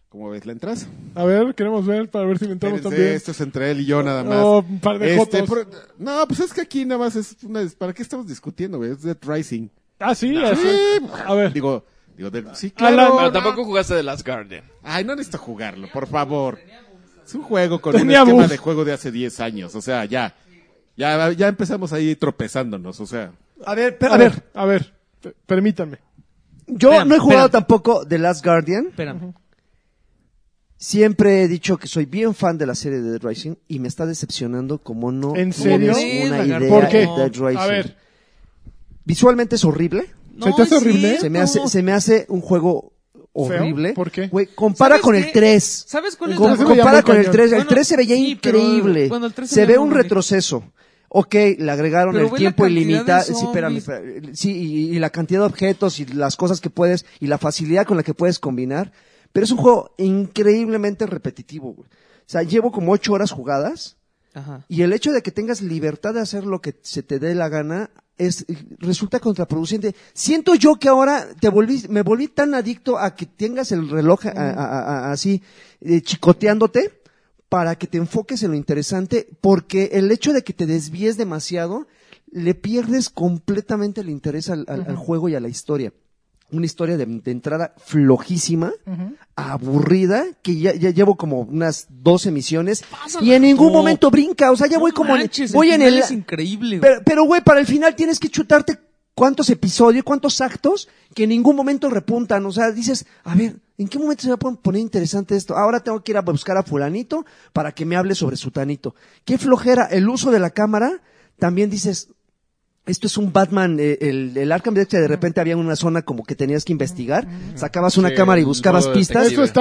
¿Cómo ves? ¿La entras?
A ver, queremos ver para ver si le entramos
Espérense,
también.
Esto es entre él y yo nada más.
Oh, un par de
Este,
jotos.
por- no, pues es que aquí nada más es una... ¿Para qué estamos discutiendo, güey? Es Dead Rising.
Ah, sí, así. A ver.
Digo, digo Dead- sí,
Alan.
claro.
Pero
no.
tampoco jugaste de Last Guardian.
Ay, no necesito jugarlo, por favor. Es un juego con
Tenía
un esquema
bug.
de juego de hace 10 años. O sea, ya. Ya, ya empezamos ahí tropezándonos, o sea.
A ver,
A ver, a ver. P- Permítanme.
Yo
Espérame,
no he jugado
espérame.
tampoco The Last Guardian.
Espérame.
Siempre he dicho que soy bien fan de la serie de Dead Rising y me está decepcionando como no
¿En
tienes
serio?
una
Sí,
idea
¿Por qué?
de Dead Rising.
A ver.
Visualmente es horrible.
¿Se te hace
es
horrible?
cierto.
Se me hace, se me hace un juego horrible.
¿Por qué?
Güey, compara
¿Sabes
con
qué?
el 3.
¿Sabes cuál es
Com-
la
se veía muy
compara con el
cañón.
3. El
Bueno,
3 se veía
sí, pero-
increíble.
bueno, el 3 se
se
veía
ve un
muy bonito.
retroceso. Ok, le agregaron
Pero
el
ve la
tiempo
cantidad de
ilimitado. Sí, espérame,
zombies.
espérame. Sí, y, y la cantidad de objetos y las cosas que puedes y la facilidad con la que puedes combinar. Pero es un juego increíblemente repetitivo, güey. O sea, llevo como 8 horas jugadas.
Ajá.
Y el hecho de que tengas libertad de hacer lo que se te dé la gana es resulta contraproducente. Siento yo que ahora te volví, me volví tan adicto a que tengas el reloj a- a- a- así eh, chicoteándote para que te enfoques en lo interesante, porque el hecho de que te desvíes demasiado le pierdes completamente el interés al, al- al juego y a la historia. Una historia de, de entrada flojísima, aburrida, que ya, ya llevo como unas 12 misiones y en ningún
No.
momento brinca. O sea, ya voy
No
como en-
manches,
voy en
final
el.
Es increíble. güey.
Pero, pero, güey, para el final tienes que chutarte cuántos episodios, cuántos actos que en ningún momento repuntan. O sea, dices, a ver, ¿en qué momento se va a pon- poner interesante esto? Ahora tengo que ir a buscar a fulanito para que me hable sobre sutanito. Qué flojera. El uso de la cámara, también dices, esto es un Batman, eh, el, el Arkham Detective, de repente había una zona como que tenías que investigar, sacabas una
Sí,
cámara y
el
buscabas
modo detective.
pistas.
Sí,
Esto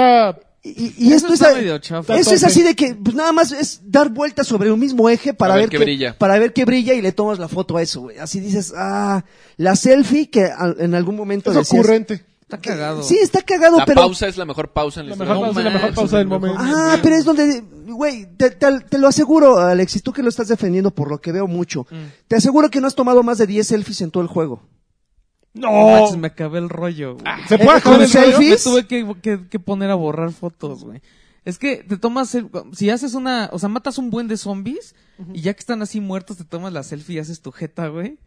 está
ve.
Y, y
Eso
esto
está
es,
medio chafa.
eso es
Tope.
así de que pues, nada más es dar vueltas sobre un mismo eje para
ver
ver,
qué
que-
brilla.
para ver qué brilla y le tomas la foto a eso, güey. Así dices, ah, la selfie que al- en algún momento
Es
decías-
ocurrente.
Está cagado.
Sí, está cagado,
La
pero
pausa es la mejor pausa en la,
La
historia.
mejor,
No
pausa, la
manches,
mejor pausa del
mejor.
momento.
Ah, pero es donde, güey, te, te- te lo aseguro, Alexis, tú que lo estás defendiendo por lo que veo mucho.
Mm.
Te aseguro que no has tomado más de 10 selfies en todo el juego.
No
No.
manches, me acabé el rollo. güey.
¿Se
¿Eh,
puede
con
joder el
selfie?
rollo?
Me
¿Selfies?
tuve que, que- que poner a borrar fotos, güey. Es que te tomas, el- si haces una, o sea, matas un buen de zombies y ya que están así muertos te tomas la selfie y haces tu jeta, güey.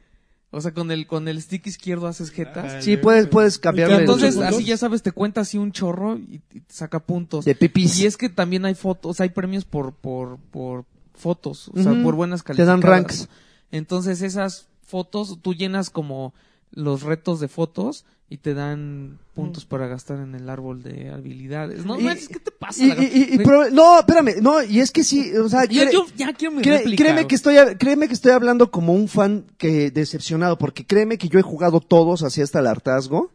O sea, con el, con el stick izquierdo haces jetas.
Ajá.
Sí, puedes, puedes cambiarle.
Entonces,
el-
¿Puntos?
así ya sabes, te cuenta así un chorro y, y te saca puntos.
De pipis.
Y es que también hay fotos, hay premios por, por, por fotos, o sea,
Ujú.
por buenas
Te dan
calificadas.
ranks.
Entonces, esas fotos, tú llenas como los retos de fotos y te dan puntos para gastar en el árbol de habilidades. No
Y-
manches, ¿qué te pasa?
Y-
lagarto?
y- y- y
Me-
pro- no, espérame, no, y es que sí, o sea,
yo,
cre-
yo ya quiero mi
cre-
réplica,
créeme que
güey.
estoy, a- créeme que estoy hablando como un fan que decepcionado, porque créeme que yo he jugado todos así hasta el hartazgo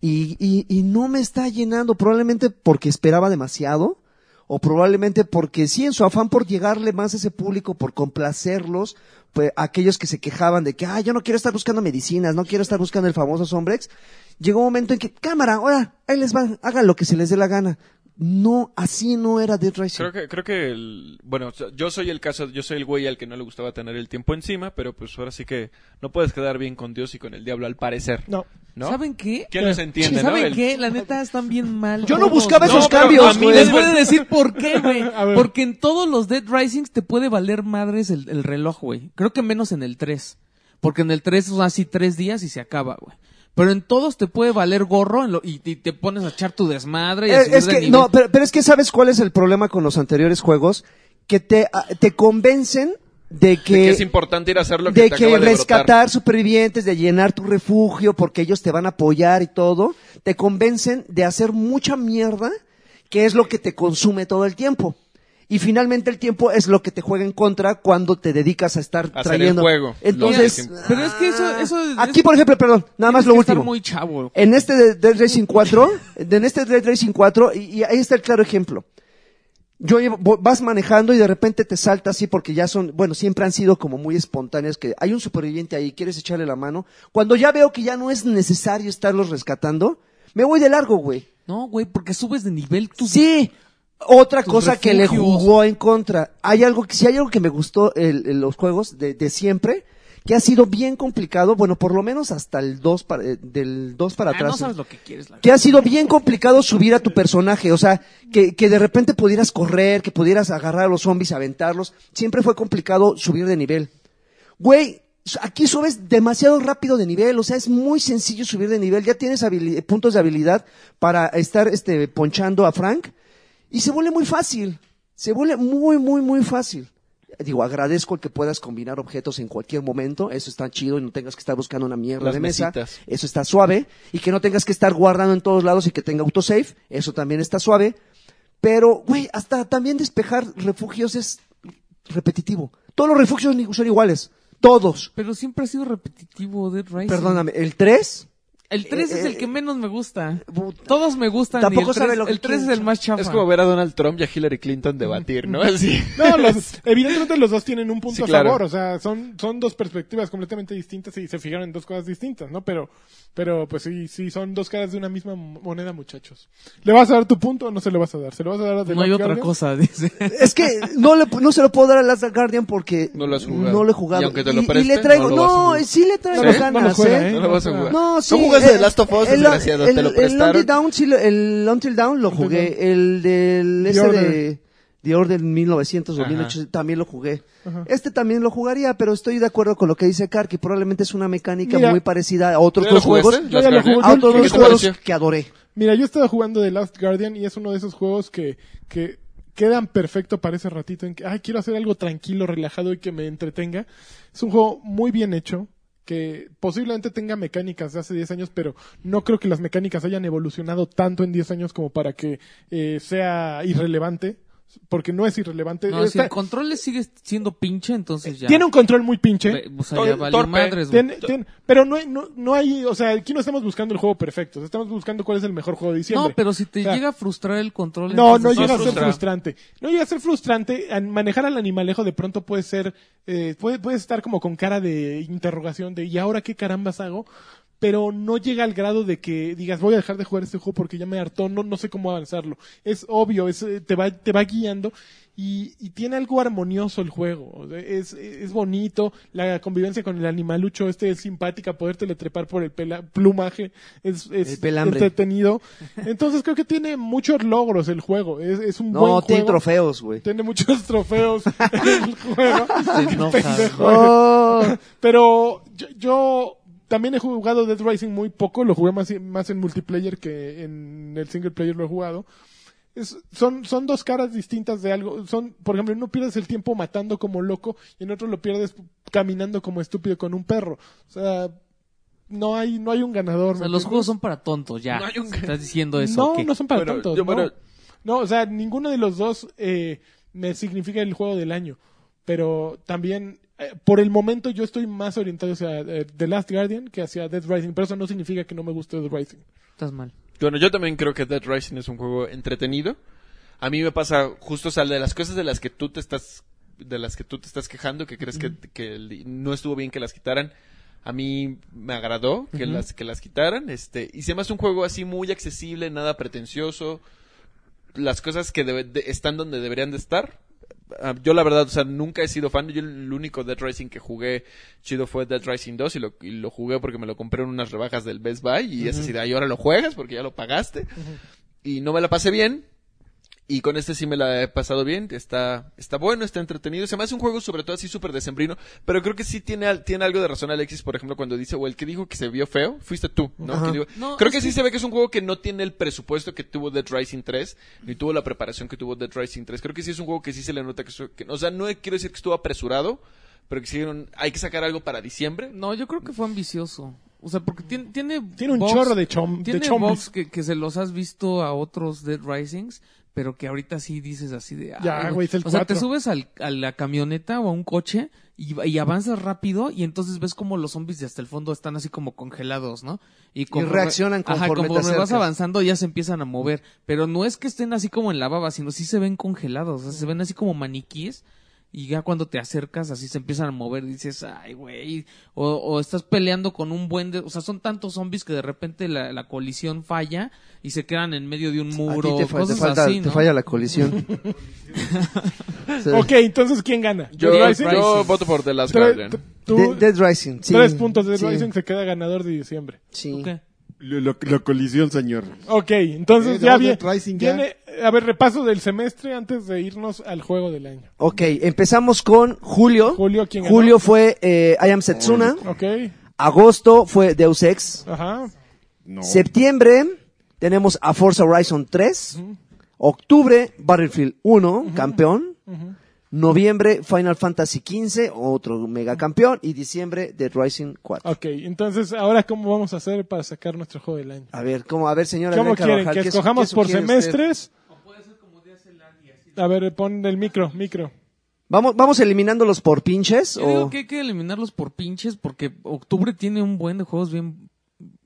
y, y, y no me está llenando, probablemente porque esperaba demasiado. O probablemente porque sí, en su afán por llegarle más a ese público, por complacerlos, pues aquellos que se quejaban de que, ah, yo no quiero estar buscando medicinas, no quiero estar buscando el famoso Sombrex, llegó un momento en que, cámara, ahora, ahí les van, hagan lo que se les dé la gana. No, así no era Dead Rising.
Creo que, creo que el- bueno, o sea, yo soy el caso, yo soy el güey al que no le gustaba tener el tiempo encima, pero pues ahora sí que no puedes quedar bien con Dios y con el diablo al parecer,
No.
¿no?
¿Saben qué?
¿Quién los entiende, no?
¿Saben
El-
qué? La neta están bien mal.
Yo no
todos,
buscaba
güey.
esos
pero
cambios,
a mí
güey.
me
Les voy a decir por qué, güey.
A ver.
Porque en todos los Dead Risings te puede valer madres el, el reloj, güey. Creo que menos en el 3. Porque en el 3 son así tres días y se acaba, güey. Pero en todos te puede valer gorro en lo- y, y te pones a echar tu desmadre y a
Eh,
subir
es
de
que,
nivel.
no, pero, pero es que sabes cuál es el problema con los anteriores juegos, que te, ah, te convencen de
De que
que,
es importante ir a hacer lo que
de
te
que
acaba de
rescatar
brotar.
supervivientes, de llenar tu refugio porque ellos te van a apoyar y todo, te convencen de hacer mucha mierda, que es lo que te consume todo el tiempo. Y finalmente el tiempo es lo que te juega en contra cuando te dedicas a estar
Hacer el
trayendo.
juego.
Entonces, Ah,
Lo que-
Pero es que eso- eso-
aquí por ejemplo, perdón, nada más
Tienes
lo
que estar
último.
muy chavo.
En este de- Dead Racing 4, en este Dead Racing 4, y, y ahí está el claro ejemplo. Yo llevo- vo- vas manejando y de repente te salta así porque ya son, bueno, siempre han sido como muy espontáneos que hay un superviviente ahí, quieres echarle la mano. Cuando ya veo que ya no es necesario estarlos rescatando, me voy de largo, güey.
No, güey, porque subes de nivel tú.
Sí. Otra
Tus
cosa que le
refugios.
jugó en contra. Hay algo que, si hay algo que me gustó el- en los juegos de, de siempre, que ha sido bien complicado, bueno, por lo menos hasta el 2 para, eh, del 2 para
Ah,
atrás.
no sabes lo que quieres, la
Que ha sido bien complicado subir a tu personaje, o sea, que, que de repente pudieras correr, que pudieras agarrar a los zombies, aventarlos. Siempre fue complicado subir de nivel. Güey, s- aquí subes demasiado rápido de nivel, o sea, es muy sencillo subir de nivel. Ya tienes habili- puntos de habilidad para estar este, ponchando a Frank. Y se vuelve muy fácil. Se vuelve muy, muy, muy fácil. Digo, agradezco el que puedas combinar objetos en cualquier momento. Eso está chido y no tengas que estar buscando una mierda
Las
de mesa.
mesitas.
Eso está suave. Y que no tengas que estar guardando en todos lados y que tenga autosave. Eso también está suave. Pero, güey, hasta también despejar refugios es repetitivo. Todos los refugios ni- son iguales. Todos.
Pero siempre ha sido repetitivo Dead Rising.
Perdóname, el 3.
El 3 es
Eh,
el que menos me gusta.
puta.
Todos me gustan. y
Tampoco
el 3,
sabe lo que
El 3 es
quiere.
el más chafa.
Es como ver a Donald Trump y a Hillary Clinton debatir, ¿no? Así.
No, los- evidentemente los dos tienen un punto
Sí,
a
claro.
favor, o sea, son, son dos perspectivas completamente distintas y se fijaron en dos cosas distintas, ¿no? Pero, pero pues sí, sí, son dos caras de una misma moneda, muchachos. ¿Le vas a dar tu punto o no se lo vas a dar? ¿Se lo vas a dar a The
No hay
Last
otra
Guardian?
cosa, dice.
Es que no, le, no se lo puedo dar a Last Guardian porque
No lo has jugado.
no lo he jugado.
Y aunque te lo
le
presten,
traigo,
no lo vas a
no,
jugar.
sí le traigo
No lo-
ganas,
no lo juega,
¿eh?
¿eh?
No lo vas a jugar.
No, sí.
jugaste
eh,
The Last of Us,
el-
desgraciado, te lo
El Until
prestaron.
Down, sí, lo- el Until Down lo
Until
jugué.
Dawn.
El del
The
este de
Order.
The Order 1900 o 2008 también lo jugué. Este también lo jugaría, pero estoy de acuerdo con lo que dice Kark, que probablemente es una mecánica
Mira.
muy parecida a otros
¿Ya lo
dos juegos.
jugaste?
Yo ya lo jugué.
A otros
¿Qué
te
dos juegos
pareció?
que adoré.
Mira, yo estaba jugando The Last Guardian y es uno de esos juegos que, que quedan perfecto para ese ratito en que, ay, quiero hacer algo tranquilo, relajado y que me entretenga. Es un juego muy bien hecho, que posiblemente tenga mecánicas de hace 10 años, pero no creo que las mecánicas hayan evolucionado tanto en 10 años como para que eh, sea irrelevante. Porque no es irrelevante.
No, si
Está-
el control le sigue siendo pinche, entonces ya.
Tiene un control muy pinche.
Ve- O sea,
Tor-
ya vale
torpe.
madres, güey.
Ten- ten- pero no, hay- no, no hay, o sea, aquí no estamos buscando el juego perfecto, estamos buscando cuál es el mejor juego de diciembre.
No, pero si
O
te
sea,
llega a frustrar el control.
No, no
entonces-
llega a ser
frustra.
frustrante. No llega a ser frustrante. An- Manejar al animalejo de pronto puede ser, eh, puede, puede estar como con cara de interrogación de, ¿y ahora qué carambas hago? Pero no llega al grado de que digas, voy a dejar de jugar este juego porque ya me hartó, no, no sé cómo avanzarlo. Es obvio, es, eh, te, va, te va guiando y, y tiene algo armonioso el juego. O sea, Es, es bonito, la convivencia con el animalucho este es simpática, podértelo trepar por el pela- plumaje es, es
El pelambre.
entretenido. Entonces creo que tiene muchos logros el juego. Es, es un buen
No,
juego.
tiene trofeos, güey.
Tiene muchos trofeos en el juego. Pendejo.
Oh,
Pero yo, yo también he jugado Dead Rising muy poco. Lo jugué más, más en multiplayer que en el single player lo he jugado. Es- son, son dos caras distintas de algo. Son, por ejemplo, no pierdes el tiempo matando como loco y en otro lo pierdes caminando como estúpido con un perro. O sea, no hay, no hay un ganador.
O
¿me
sea,
entiendes?
los juegos son para tontos, ya.
No hay un-
Estás diciendo eso.
No,
¿o qué?
no son para
Bueno,
tontos.
yo,
no.
bueno-
No, o sea, ninguno de los dos eh, me significa el juego del año. Pero también, eh, por el momento, yo estoy más orientado hacia eh, The Last Guardian que hacia Dead Rising. Pero eso no significa que no me guste Dead Rising.
Estás mal.
Bueno, yo también creo que Dead Rising es un juego entretenido. A mí me pasa justo, o sea, de las cosas de las que tú te estás, de las que tú te estás quejando, que crees que, que el- no estuvo bien que las quitaran. A mí me agradó que las que las quitaran, este, y se me hace un juego así muy accesible, nada pretencioso. Las cosas que debe- de- están donde deberían de estar. Ah, Yo la verdad, o sea, nunca he sido fan. Yo el único Dead Rising que jugué chido fue Dead Rising 2 y lo, y lo jugué porque me lo compré en unas rebajas del Best Buy y es así de ahí ahora lo juegas porque ya lo pagaste y no me la pasé bien. Y con este sí me la he pasado bien. Está, está bueno, está entretenido. Se me hace un juego sobre todo así súper decembrino. Pero creo que sí tiene, al- tiene algo de razón Alexis, por ejemplo, cuando dice, o el que dijo que se vio feo, fuiste tú, ¿no? Que digo,
No,
creo
es
que sí
que-
se ve que es un juego que no tiene el presupuesto que tuvo Dead Rising 3, ni tuvo la preparación que tuvo Dead Rising 3. Creo que sí es un juego que sí se le nota que, su- que- o sea, no quiero decir que estuvo apresurado, pero que sí, un- hay que sacar algo para diciembre.
No, yo creo que fue ambicioso. O sea, porque tiene... Tiene,
Tiene un
bugs-
chorro de, chom,
Tiene
de chombres.
bugs que, que se los has visto a otros Dead Risings, pero que ahorita sí dices así de... ay,
Ya, güey, es el
o sea, te
cuatro.
subes al, a la camioneta o a un coche y, va- y avanzas rápido y entonces ves como los zombies de hasta el fondo están así como congelados, ¿no? conforme-
reaccionan
Ajá,
conforme te
conforme vas
acercas.
avanzando ya se empiezan a mover. Pero no es que estén así como en la baba, sino sí se ven congelados. O sea, se ven así como maniquíes. Y ya cuando te acercas, así se empiezan a mover. Dices, ay, güey. O, o estás peleando con un buen. de- o sea, son tantos zombies que de repente la, la colisión falla y se quedan en medio de un
a
muro.
ti te, fa- te
cosas
falta-
así,
te
¿no?
falla la colisión. Sí.
Ok, entonces, ¿quién gana?
Yo,
Dead
yo
Rising.
voto por The Last
Tre-
Guardian.
t- tú-
De- Dead Rising, sí.
tres puntos de Dead
sí,
Rising se queda ganador de diciembre.
sí.
¿Tú qué?
Lo, lo- lo colisión, señor.
Ok, entonces
Eh,
ya,
no,
viene,
Dead Rising ya.
viene- A ver, repaso del semestre antes de irnos al juego del año.
Ok, empezamos con Julio.
Julio, ¿quién ganó?
Julio fue eh, I Am Setsuna.
Ok,
Agosto fue Deus Ex.
ajá.
No.
Septiembre tenemos a Forza Horizon 3. Octubre Battlefield 1, campeón. Noviembre Final Fantasy 15, otro mega campeón. Y diciembre Dead Rising 4.
Ok, entonces, ¿ahora cómo vamos a hacer para sacar nuestro juego del año?
A ver, ¿cómo? A ver, señora.
¿Cómo
Adriana
quieren?
Carvajal,
¿Que
¿qué su-
escojamos
qué
por
sugiere
semestres? A ver, pon el micro, micro.
usted? ¿Vamos, ¿Vamos eliminándolos por pinches?
Yo digo
O...
que hay que eliminarlos por pinches porque octubre tiene un buen de juegos bien.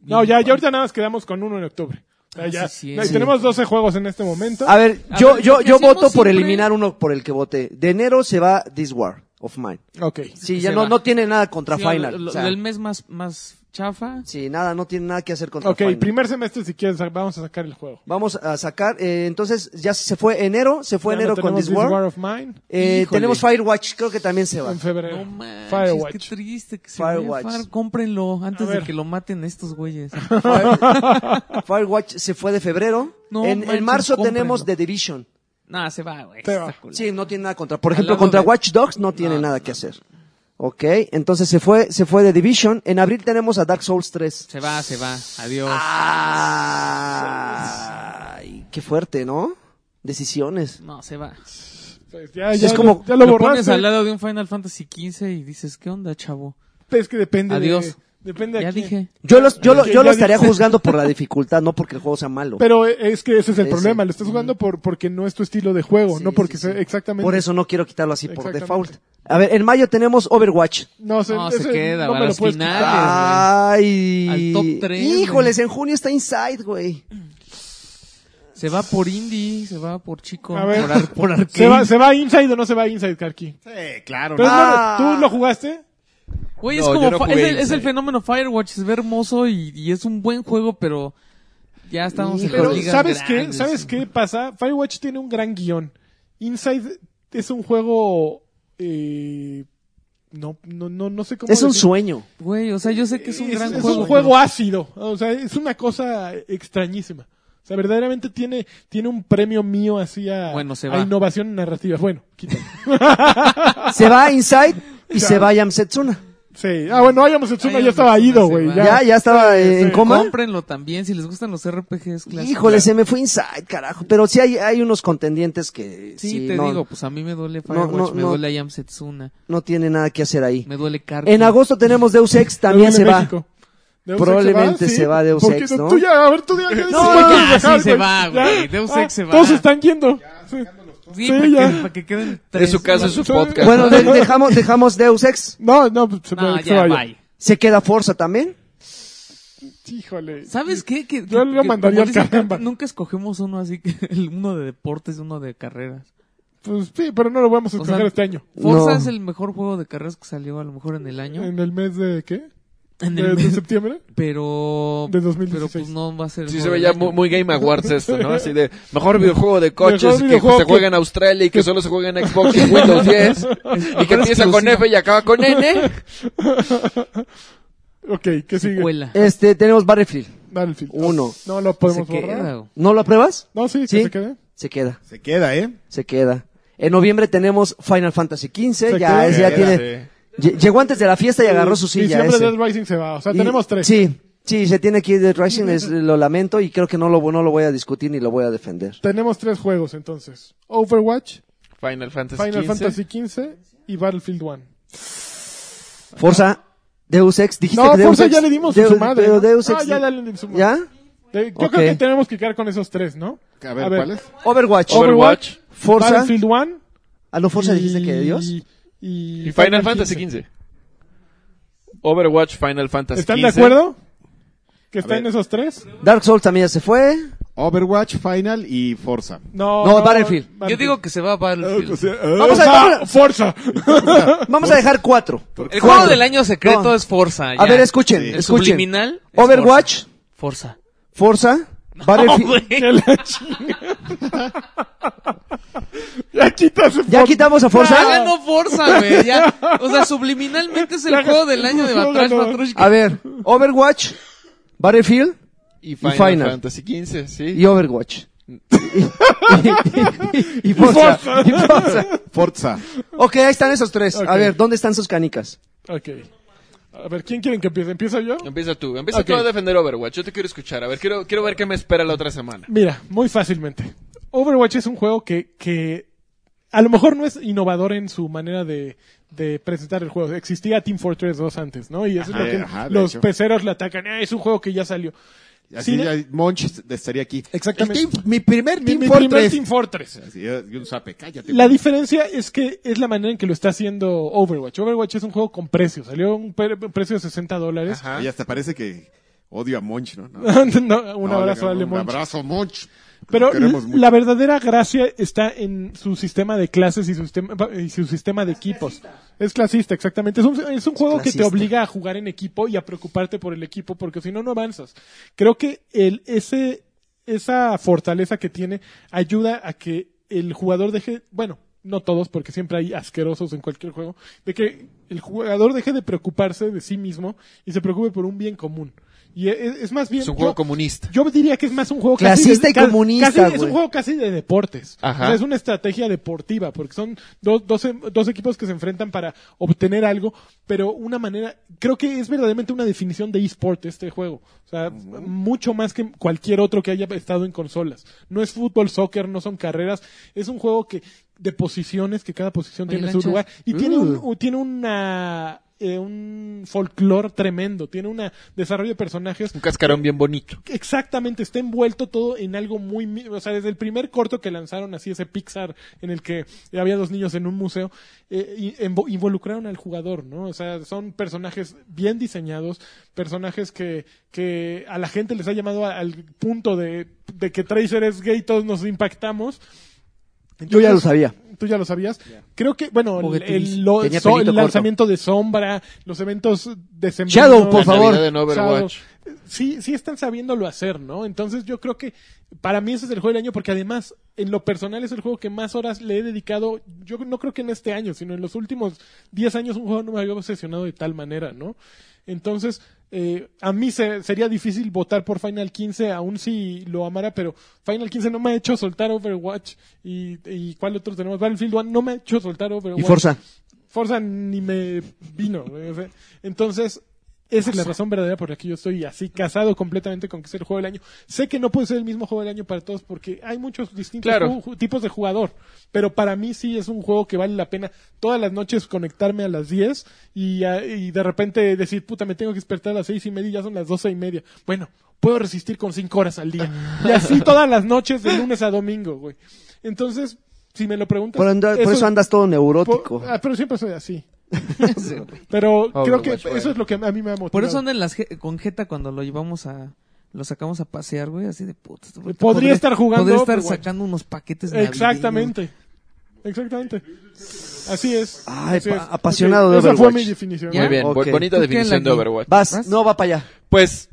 No, ya, ya ahorita nada más quedamos con uno en octubre. O sea,
Ah,
ya-
sí, sí,
no,
sí.
Tenemos 12 juegos en este momento.
A ver,
A
yo,
ver,
yo,
lo que
yo
hacemos
voto por
siempre-
eliminar uno por el que voté. De enero se va This War of Mine.
Ok.
Sí,
que
ya
se
no,
va.
no tiene nada contra
Sí,
Final.
lo- lo-
o sea,
el mes más, más chafa.
sí, nada, no tiene nada que hacer contra
Ok,
Final.
primer semestre si quieres, vamos a sacar el juego.
Vamos a sacar, eh, entonces ya se fue enero, se fue
Ya no
enero con
tenemos
This War.
of Mine
Eh,
Híjole.
tenemos Firewatch, creo que también se va.
en febrero.
No manches, qué
Firewatch.
triste que se
Firewatch.
vaya a far- Cómprenlo antes
A
de
ver.
que lo maten estos güeyes.
Fire- Firewatch se fue de febrero.
No
en, en
manches,
marzo
cómprenlo.
tenemos The Division.
no, se va, güey.
Se
está
va.
culero.
Sí, no tiene nada contra. Por
Al
ejemplo,
lado
contra
de-
Watch Dogs no tiene
No,
nada
no,
que
no.
hacer. Ok, entonces se fue, se fue The Division. En abril tenemos a Dark Souls 3.
Se va, se va. Adiós.
Ah.
Ah.
Ay, qué fuerte, ¿no? Decisiones.
No, se va.
Pues ya,
Es
ya,
como-
ya lo
lo pones
borraste.
al lado de un Final Fantasy XV y dices, ¿qué onda, chavo?
Es que depende de-
Adiós.
Depende de
Ya
quién.
dije.
Yo, los, yo, lo,
Ya-
yo lo
ya
estaría
dices.
juzgando por la dificultad, no porque el juego sea malo.
Pero es que ese es el
Ese.
problema. Lo estás jugando por, porque no es tu estilo de juego,
Sí,
no porque
sí, sí.
sea exactamente.
Por eso no quiero quitarlo así por
Exactamente.
default. A ver, en mayo tenemos Overwatch.
No,
No, se
ese
queda,
no me
a
lo
las
puedes
finales.
quitar.
Ay.
Al top tres, güey.
Híjoles, en junio está Inside, güey.
Se va por indie, se va por chico,
A ver.
por, ar- por arcade.
¿Se va, ¿Se va Inside o no se va Inside, Karki?
Sí, claro.
Pero es
Ah.
lo- ¿Tú lo jugaste?
Güey, es
No,
como
yo no
fa-
jugué
es, el, es el
Inside.
fenómeno Firewatch, se ve hermoso y, y es un buen juego, pero ya estamos en
Pero,
las
Pero
ligas
¿sabes qué?
grandes.
¿Sabes qué pasa? Firewatch tiene un gran guión. Inside es un juego... eh, no, no, no, no sé cómo...
Es un
decir.
sueño.
Güey, o sea, yo sé que es un gran
es
juego.
un juego ácido. O sea, es una cosa extrañísima. O sea, verdaderamente tiene, tiene un premio mío así a,
Bueno, se
a
va.
innovación narrativa. Bueno, quítalo.
Se va Inside y se va Yamsetsuna.
Sí. Ah, bueno, Ayamo Setsuna
Hayao
ya estaba
Mitsuna
ido,
se
güey.
va.
Ya.
Ya, ya estaba eh, en
sí.
coma.
Cómprenlo también si les gustan los RPGs clásicos.
Híjole, se me fue Inside, carajo. Pero sí hay, hay unos contendientes que
Sí,
sí,
te
no,
digo, pues a mí me duele Firewatch,
no,
me
no.
duele I Am Setsuna,
no tiene nada que hacer ahí.
me duele Carta.
En agosto tenemos Deus Ex, también
Deus
se
en
va.
México. Deus Ex
Probablemente se va Deus
Porque
Ex,
tú-
¿no?
Tú ya, a ver, tú ya. ya-
No,
ya
ya,
puedes
sí se
güey.
va, güey.
Ya. Ah,
Deus Ex se va.
Todos están yendo. Sí.
Sí,
Sí,
para,
ya.
Que, para que queden tres.
Es su casa, es su
Sí.
podcast.
Bueno, de- dejamos, dejamos Deus Ex.
No, no, pues, se,
No,
va- se
ya,
vaya.
bye.
Se queda Forza también.
Híjole.
¿Sabes qué? Que,
Yo
que-
lo
que-
mandaría
como
al
dice Carta,
caramba.
Nunca escogemos uno así, que el uno de deportes y uno de carreras.
Pues sí, pero no lo vamos a
O
escoger
sea,
este año.
Forza
No.
es el mejor juego de carreras que salió a lo mejor en el año.
¿En el mes de qué?
En
¿De-
el
¿De
mes.
septiembre?
Pero.
De 2016.
Pero pues no va a ser. el
Sí se
juego
ve
del
ya
año.
muy, muy Game Awards esto, ¿no? Así de mejor videojuego de
Mejor
coches
videojuego
que se
que-
juega en Australia y que solo se juega en Xbox y en Windows 10 y que empieza con F y acaba con N.
Ok, ¿qué sigue?
Secuela.
Este, tenemos Battlefield.
Battlefield.
Uno.
No lo Eh, podemos
Se queda,
borrar.
güey.
¿No lo apruebas?
No, sí, que
¿Sí?
se quede.
Se queda,
Se queda, ¿eh?
se queda. En noviembre tenemos Final Fantasy
Se
XV.
queda.
Ya, es- ya
Se queda,
tiene. lle- Llegó antes de la fiesta y agarró su silla.
Diciembre
ese.
Dead Rising se va. O sea,
Y-
tenemos tres.
Sí, sí, se tiene que ir de Rising, es- lo lamento y creo que no lo, no lo voy a discutir ni lo voy a defender.
Tenemos tres juegos entonces. Overwatch,
Final
Pues
Fantasy
Final
15.
Fantasy XV y Battlefield 1.
Forza, Deus Ex, dijiste
No,
que Deus
Forza
Ex-
ya le dimos
Deus-
su madre.
pero
¿no?
Deus
ah,
Ex-
ya dale en su madre.
¿Ya?
De- Yo
Ok.
creo que tenemos que quedar con esos tres, ¿no?
A ver,
A ver.
¿cuáles?
Overwatch.
Overwatch.
Forza.
Battlefield 1.
Ah, no, Forza dijiste que Dios.
Y,
Y Final Fantasy 15. Overwatch Final Fantasy
¿Están
15.
de acuerdo? ¿Que
ver.
están esos tres?
Dark Souls también ya se fue.
Overwatch, Final y Forza.
No.
No, Battlefield.
Yo digo que se va a
Ah,
Battlefield.
pues, eh,
Vamos
Vamos
a-
a Forza.
Vamos a dejar cuatro.
el juego
Cuatro.
del año secreto
No.
es Forza.
A
ya.
ver, escuchen,
El
escuchen.
subliminal. es
Overwatch,
Forza. Forza.
Forza,
No,
Battlefield.
güey.
Que la chinga. ya quitas el
¿Ya
Forza.
quitamos a
Ya
Forza?
ganó Forza, güey. ya. O sea, subliminalmente es el
Ya ganó.
juego del año de
No,
Batrash
ganó.
Batrushka.
A ver, Overwatch, Battlefield
Y Final,
Final.
Fantasy 15, sí.
y Overwatch. y, Forza. Y Forza.
Forza.
Ok, ahí están esos tres.
Ok.
A ver, ¿dónde están sus canicas?
Ok. A ver, ¿quién quieren que empiece? ¿Empiezo yo?
Empieza tú, empieza
Ok.
tú a defender Overwatch. Yo te quiero escuchar. A ver, quiero, quiero ver qué me espera la otra semana.
Mira, muy fácilmente. Overwatch es un juego que, que a lo mejor no es innovador en su manera de, de presentar el juego. Existía Team Fortress 2 antes, ¿no? Y eso
Ajá,
es lo que
ajá, de
los
hecho.
peceros le atacan. "Ah, es un juego que ya salió.
Así
Sí,
ya Monch estaría aquí.
Exactamente.
El team- mi primer
Mi,
Team
mi
Fortress.
primer Team Fortress.
Así, eh, y un zape, cállate.
La
güey.
diferencia es que es la manera en que lo está haciendo Overwatch. Overwatch es un juego con precio. Salió un pre- precio de 60 dólares.
Ajá.
Y hasta parece que odio a Monch, ¿no? No.
No, un
No,
abrazo
le-
a Ale
Un
Monch.
abrazo, Monch.
Pero
Lo queremos mucho.
la verdadera gracia está en su sistema de clases y su sistema, y su sistema de equipos. Es clasista, exactamente. Es un, es un juego que te
clasista.
obliga a jugar en equipo y a preocuparte por el equipo, porque si no, no avanzas. Creo que el, ese, esa fortaleza que tiene ayuda a que el jugador deje, bueno, no todos, porque siempre hay asquerosos en cualquier juego, de que el jugador deje de preocuparse de sí mismo y se preocupe por un bien común. Y e, es, es más bien...
Es un juego
yo-
comunista.
yo diría que es más un juego
Clasista
casi de-
y
ca-
comunista,
casi- es
güey.
un juego casi de deportes.
Ajá.
O sea, es una estrategia deportiva porque son dos, dos, em- dos equipos que se enfrentan para obtener algo, pero una manera, creo que es verdaderamente una definición de eSport este juego. O sea, mucho más que cualquier otro que haya estado en consolas. No es fútbol, soccer, no son carreras. Es un juego que de posiciones que cada posición
Oye,
tiene su
Lanchas.
lugar y tiene un,
Uh.
u- tiene una eh, un folclore tremendo, tiene un desarrollo de personajes
Un cascarón bien bonito.
Exactamente, está envuelto todo en algo muy... mi- O sea, desde el primer corto que lanzaron así, ese Pixar en el que había dos niños en un museo, eh, y- envo- involucraron al jugador, ¿no? O sea, son personajes bien diseñados, personajes que, que a la gente les ha llamado a- al punto de, de que Tracer es gay, todos nos impactamos.
Yo ya lo sabía.
Tú ya lo sabías. Creo que, bueno, el, el- lo-
Tenía
so-
pelito
el
corto.
lanzamiento de Sombra, los eventos de
Shadow, por
La
favor.
Navidad en Overwatch.
Shadow. Sí, sí están sabiéndolo hacer, ¿no? Entonces yo creo que para mí ese es el juego del año porque además en lo personal es el juego que más horas le he dedicado, yo no creo que en este año, sino en los últimos 10 años un juego no me había obsesionado de tal manera, ¿no? Entonces, eh, a mí se- sería difícil votar por Final 15, aún si lo amara, pero Final 15 no me ha hecho soltar Overwatch y, y ¿cuál otro tenemos? Battlefield 1 no me ha hecho soltar Overwatch.
Y Forza.
Forza ni me vino. güey, o sea. Entonces, esa es la razón verdadera por la que yo estoy así casado completamente con que sea el juego del año. Sé que no puede ser el mismo juego del año para todos porque hay muchos distintos
Claro.
ju- ju- tipos de jugador, pero para mí sí es un juego que vale la pena todas las noches conectarme a las 10 y, a- y de repente decir, puta, me tengo que despertar a las seis y media y ya son las doce y media. Bueno, puedo resistir con cinco horas al día. Y así todas las noches de lunes a domingo, güey. Entonces, si me lo preguntas...
Por, andar- por eso andas todo
Por-
neurótico.
ah, pero siempre soy así. pero creo que
Overwatch,
eso es lo que a mí me ha motivado.
Por eso anda en las je- con Jeta cuando lo llevamos a. Lo sacamos a pasear, güey, así de puta. esto-
Podría estar jugando
Podría estar
Overwatch.
sacando unos paquetes navideños.
Exactamente. Exactamente. Así es.
Ay,
Así
pa-
es.
apasionado de
Esa
Overwatch.
fue mi definición.
Ya.
Muy bien,
Ok.
bo- bonita
¿Tú qué,
definición de
Lani?
Overwatch.
Vas,
Vas.
no va para allá.
Pues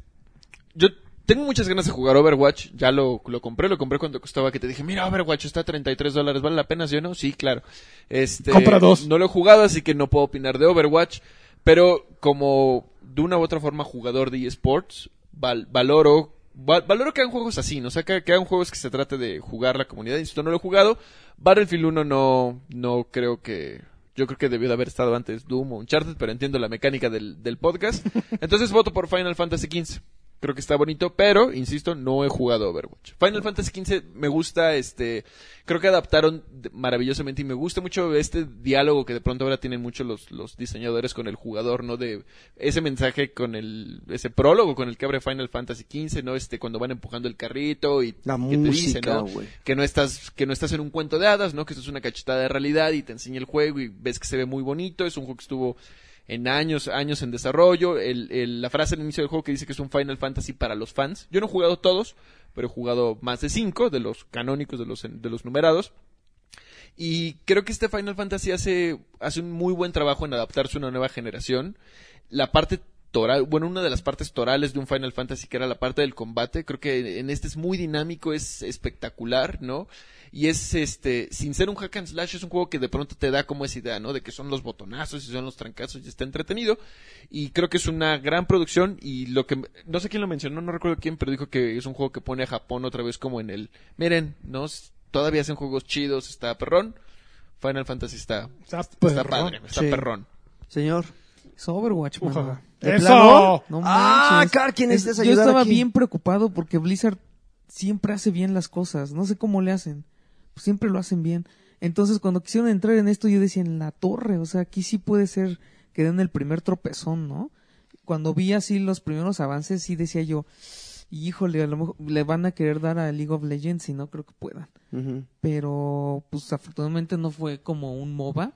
yo tengo muchas ganas de jugar Overwatch. Ya lo, lo compré, lo compré cuando costaba que te dije, mira, Overwatch está a 33 dólares, ¿vale la pena, sí o no? Sí, claro. Este,
Compra dos.
No lo he jugado, así que no puedo opinar de Overwatch. Pero como de una u otra forma jugador de eSports, val- valoro... val- valoro que hagan juegos así, ¿no? O sea, que, que hagan juegos que se trate de jugar la comunidad. Insisto, no lo he jugado. Battlefield 1 no, no creo que... Yo creo que debió de haber estado antes Doom o Uncharted, pero entiendo la mecánica del, del podcast. Entonces voto por Final Fantasy XV. Creo que está bonito, pero, insisto, no he jugado Overwatch. Final Fantasy XV me gusta, este, creo que adaptaron de- maravillosamente y me gusta mucho este diálogo que de pronto ahora tienen mucho los, los diseñadores con el jugador, ¿no? De ese mensaje con el, ese prólogo con el que abre Final Fantasy XV, ¿no? Este, cuando van empujando el carrito y
La
que te dice,
música,
¿no?
güey.
que no estás que no estás en un cuento de hadas, ¿no? Que esto es una cachetada de realidad y te enseña el juego y ves que se ve muy bonito, es un juego que estuvo en años, años en desarrollo, el, el- la frase al inicio del juego que dice que es un Final Fantasy para los fans. Yo no he jugado todos, pero he jugado más de cinco de los canónicos, de los, de los numerados. Y creo que este Final Fantasy hace, hace un muy buen trabajo en adaptarse a una nueva generación. La parte toral, bueno, una de las partes torales de un Final Fantasy, que era la parte del combate, creo que en este es muy dinámico, es espectacular, ¿no? Y es este, sin ser un hack and slash, es un juego que de pronto te da como esa idea, ¿no? De que son los botonazos y son los trancazos y está entretenido. Y creo que es una gran producción y lo que, no sé quién lo mencionó, no recuerdo quién, pero dijo que es un juego que pone a Japón otra vez como en el, miren, ¿no? Todavía hacen juegos chidos, está perrón. Final Fantasy está,
Está pues,
está
perrón.
padre, está
Sí.
perrón.
Señor.
Es Overwatch,
Ujaja.
mano.
¿De
¡Eso!
plano?
No
ah,
manches.
Car, ¿quién
Es-
estás
Yo
ayudando
estaba
aquí?
bien preocupado porque Blizzard siempre hace bien las cosas. No sé cómo le hacen. Siempre lo hacen bien. Entonces, cuando quisieron entrar en esto, yo decía, en la torre. O sea, aquí sí puede ser que den el primer tropezón, ¿no? Cuando vi así los primeros avances, sí decía yo, híjole, a lo mejor le van a querer dar a League of Legends y no creo que puedan
Ujú.
pero pues afortunadamente no fue como un MOBA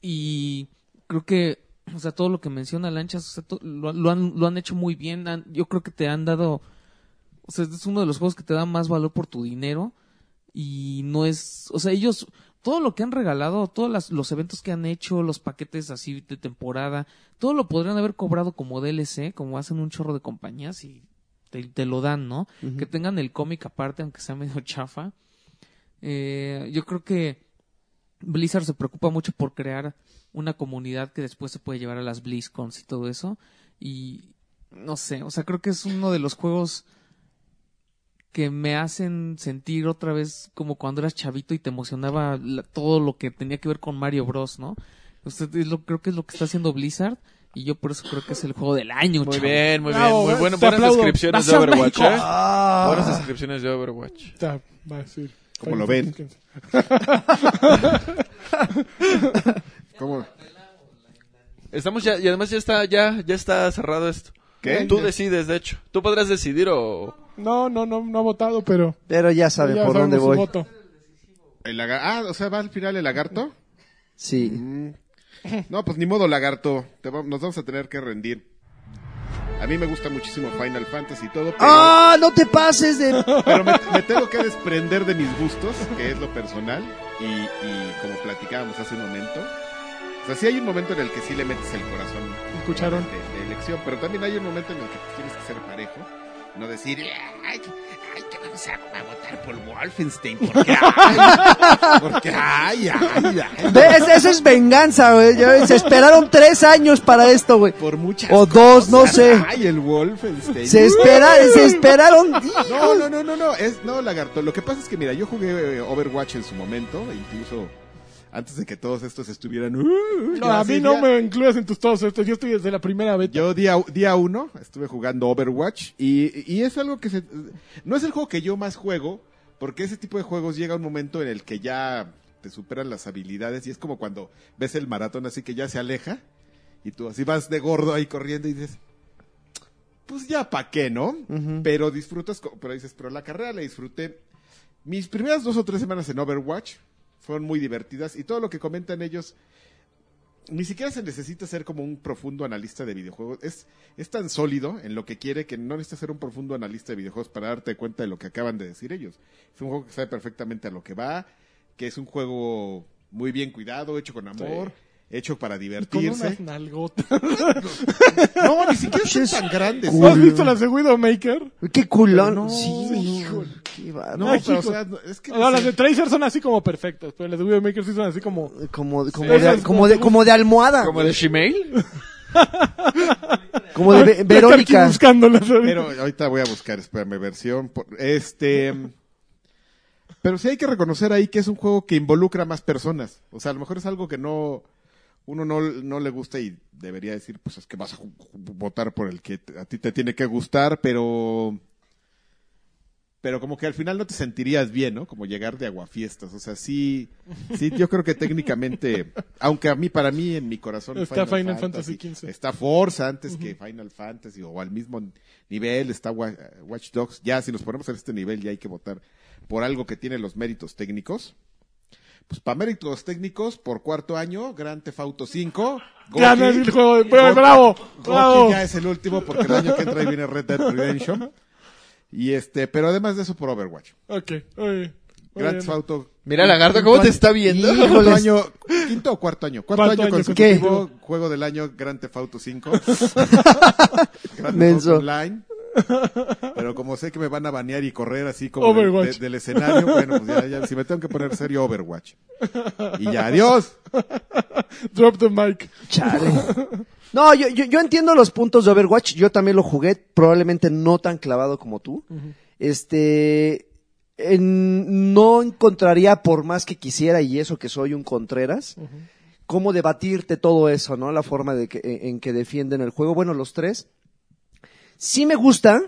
y creo que o sea todo lo que menciona Lanchas o sea, to- lo, lo han, lo han hecho muy bien han- yo creo que te han dado o sea es uno de los juegos que te da más valor por tu dinero y no es o sea ellos todo lo que han regalado todos las- los eventos que han hecho los paquetes así de temporada todo lo podrían haber cobrado como DLC como hacen un chorro de compañías y te, te lo dan no que tengan el cómic aparte aunque sea medio chafa eh, yo creo que Blizzard se preocupa mucho por crear una comunidad que después se puede llevar a las BlizzCons y todo eso. Y no sé, o sea, creo que es uno de los juegos que me hacen sentir otra vez como cuando eras chavito y te emocionaba la- todo lo que tenía que ver con Mario Bros, ¿no? Usted es lo, creo que es lo que está haciendo Blizzard y yo por eso creo que es el juego del año,
Muy
chavo.
bien, muy bien,
Bravo,
muy
eh,
bueno,
te
buenas
aplaudo.
descripciones de
Vas a
Overwatch,
México.
¿eh?
Ah.
Buenas descripciones de Overwatch.
Está- va a decir.
Como lo ven. ¿Cómo?
Estamos ya, y además ya está, ya, ya está cerrado esto.
¿Qué?
Tú decides, de hecho. Tú podrás decidir o...
No, no, no, no ha votado, pero
Pero ya saben
ya
por
saben
dónde
su
voy.
voto.
El lagar- ah, o sea, va al final el lagarto.
Sí.
Eh.
No, pues ni modo, lagarto. Te va- nos vamos a tener que rendir. A mí me gusta muchísimo Final Fantasy y todo, pero,
¡Ah! ¡No te pases de.
pero me, me tengo que desprender de mis gustos, que es lo personal, y, y como platicábamos hace un momento. O sea, sí hay un momento en el que sí le metes el corazón
Escucharon.
de, de elección, pero también hay un momento en el que pues, tienes que ser parejo. No decir, ay, ay que vamos a, a votar por Wolfenstein, porque ay, porque ay, ay, ay,
Ve, es- Eso es venganza, güey. Ya ves, Se esperaron tres años para esto, güey.
por muchas
O dos, no sé.
Ay, el Wolfenstein.
Se, espera, se esperaron.
No, no, no, no, no, es no lagarto. Lo que pasa es que mira, yo jugué eh, Overwatch en su momento, e incluso antes de que todos estos estuvieran. "Uh, uh",
No,
yo
a
así
mí no
día-
me incluyas en tus todos estos. Yo estoy desde la primera vez.
Yo día día uno estuve jugando Overwatch y, y es algo que se no es el juego que yo más juego porque ese tipo de juegos llega un momento en el que ya te superan las habilidades y es como cuando ves el maratón así que ya se aleja y tú así vas de gordo ahí corriendo y dices pues ya pa' qué, ¿no? Pero disfrutas, co- pero dices, pero la carrera la disfruté. Mis primeras dos o tres semanas en Overwatch fueron muy divertidas y todo lo que comentan ellos ni siquiera se necesita ser como un profundo analista de videojuegos. Es, es tan sólido en lo que quiere que no necesita ser un profundo analista de videojuegos para darte cuenta de lo que acaban de decir ellos. Es un juego que sabe perfectamente a lo que va, que es un juego muy bien cuidado, hecho con amor, hecho para
Y Con
divertirse.
unas nalgotas.
No, ni siquiera son tan grandes.
¿No has visto las de Widowmaker?
¡Qué culón!
No,
sí, qué bárbaro.
No,
Ay,
pero o
hijo.
sea, no, es que no
No, las
sé.
de Tracer son así como perfectas, pero las de Widowmaker sí son así como...
Como, como,
Sí.
de, como, de, como de almohada.
¿Como el Gmail?
Como de Ve-
Ay, estoy aquí
Verónica.
buscándolas ahorita.
Pero ahorita voy a buscar, espérame, versión. por- Este. Pero sí hay que reconocer ahí que es un juego que involucra a más personas. O sea, a lo mejor es algo que no. Uno no, no le gusta y debería decir, pues es que vas a ju- ju- votar por el que te- a ti te tiene que gustar, pero. Pero como que al final no te sentirías bien, ¿no? Como llegar de aguafiestas. O sea, sí. Sí, yo creo que técnicamente. Aunque a mí, para mí, en mi corazón.
Está Final Fantasy XV.
Está Forza antes que Final Fantasy o al mismo nivel, está Wa- Watch Dogs. Ya, si nos ponemos en este nivel, ya hay que votar por algo que tiene los méritos técnicos. Pues para méritos técnicos, por cuarto año, Gran Tefauto 5.
Gana el juego de- ¡Bravo, bravo, bravo!
ya es el último porque el año que entra ahí viene Red Dead Redemption. Y este, pero además de eso, por Overwatch.
Ok, muy bien. Muy
Gran
bien.
Theft Auto.
Mira, lagarto, ¿cómo te está viendo?
Quinto año, quinto o cuarto año, cuarto
Cuarto
año
año
consecutivo, juego del año, Gran Theft Auto 5. Grand Theft
Menso.
Auto Online. Pero como sé que me van a banear y correr así como del,
Overwatch.
de- del escenario, bueno, pues ya, ya, si me tengo que poner serio, Overwatch. Y ya, adiós.
Drop the mic.
Chale. No, yo, yo, yo entiendo los puntos de Overwatch. Yo también lo jugué, probablemente no tan clavado como tú. Este. en- no encontraría, por más que quisiera, y eso que soy un Contreras, cómo debatirte todo eso, ¿no? La forma de que, en, en que defienden el juego. Bueno, los tres. Sí me gusta.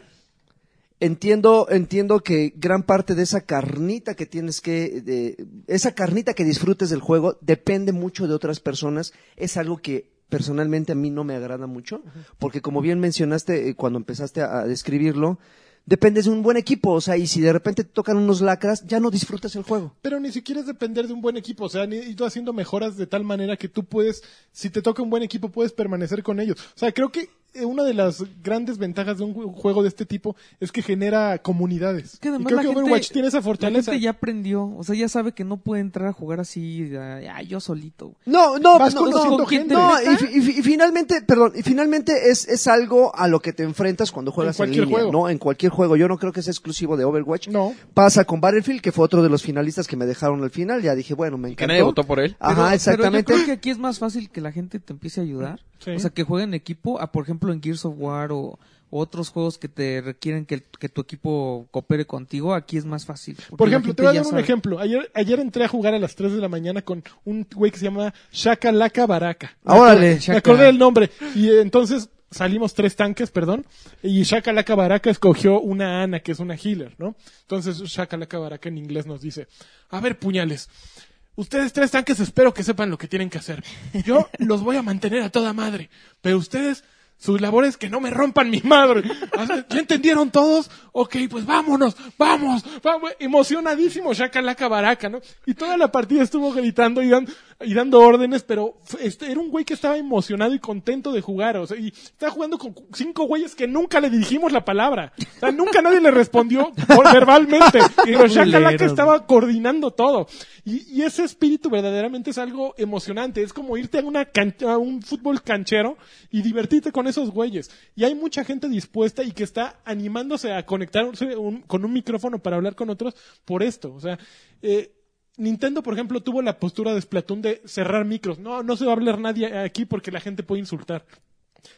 Entiendo, entiendo que gran parte de esa carnita que tienes que, de, esa carnita que disfrutes del juego depende mucho de otras personas. Es algo que personalmente a mí no me agrada mucho, porque como bien mencionaste eh, cuando empezaste a, a describirlo, dependes de un buen equipo, o sea, y si de repente te tocan unos lacras, ya no disfrutas el juego.
Pero ni siquiera es depender de un buen equipo, o sea, han ido haciendo mejoras de tal manera que tú puedes, si te toca un buen equipo, puedes permanecer con ellos. O sea, creo que eh, una de las grandes ventajas de un ju- juego de este tipo es que genera comunidades.
Es que
y
además
creo
la
que
gente-
Overwatch tiene esa
La
fortaleza.
gente ya aprendió, o sea, ya sabe que no puede entrar a jugar así, ah, yo solito.
No, no,
Vas
no,
conociendo
no,
gente.
no, y, fi- y fi- y finalmente, perdón, y finalmente es, es algo a lo que te enfrentas cuando juegas en,
cualquier
línea,
juego.
¿no? En cualquier juego. Yo no creo que sea exclusivo de Overwatch.
No.
Pasa con Battlefield, que fue otro de los finalistas que me dejaron al final. Ya dije, bueno, me
Que
encantó.
nadie votó por él.
Ajá, exactamente.
Pero yo creo que aquí es más fácil que la gente te empiece a ayudar.
Sí.
O sea, que juegue en equipo, a, por ejemplo en Gears of War o o otros juegos que te requieren que, que tu equipo coopere contigo, aquí es más fácil. porque
Por
la
ejemplo,
gente
te voy a
ya
dar un
sabe.
ejemplo. Ayer, ayer entré a jugar a las 3 de la mañana con un güey que se llama Shaka Laka Baraka.
Ah, órale,
Me
Shaka.
acordé del nombre. Y eh, entonces calimos tres tanques, perdón, y Shaka Laka Baraka escogió una Ana, que es una healer, ¿no? Entonces Shaka Laka Baraka en inglés nos dice, a ver puñales, Ustedes tres tanques espero que sepan lo que tienen que hacer. Yo los voy a mantener a toda madre. Pero ustedes, sus labores que no me rompan mi madre. Ah, ¿Ya entendieron todos? Ok, pues vámonos, vamos, vamos. Emocionadísimo, Shakalaca Baraca, ¿no? Y toda la partida estuvo gritando y, dan- y dando órdenes, pero f- este, era un güey que estaba emocionado y contento de jugar. O sea, y estaba jugando con cu- cinco güeyes que nunca le dirigimos la palabra. O sea, nunca nadie le respondió por- verbalmente. Pero Shakalaca
Culeros.
estaba estaba coordinando todo. Y, y ese espíritu verdaderamente es algo emocionante. Es como irte a, una can- a un fútbol canchero y divertirte con esos güeyes. Y hay mucha gente dispuesta y que está animándose a conectarse un- con un micrófono para hablar con otros por esto. O sea, eh, Nintendo, por ejemplo, tuvo la postura de Splatoon de cerrar micros. No, no se va a hablar nadie aquí porque la gente puede insultar.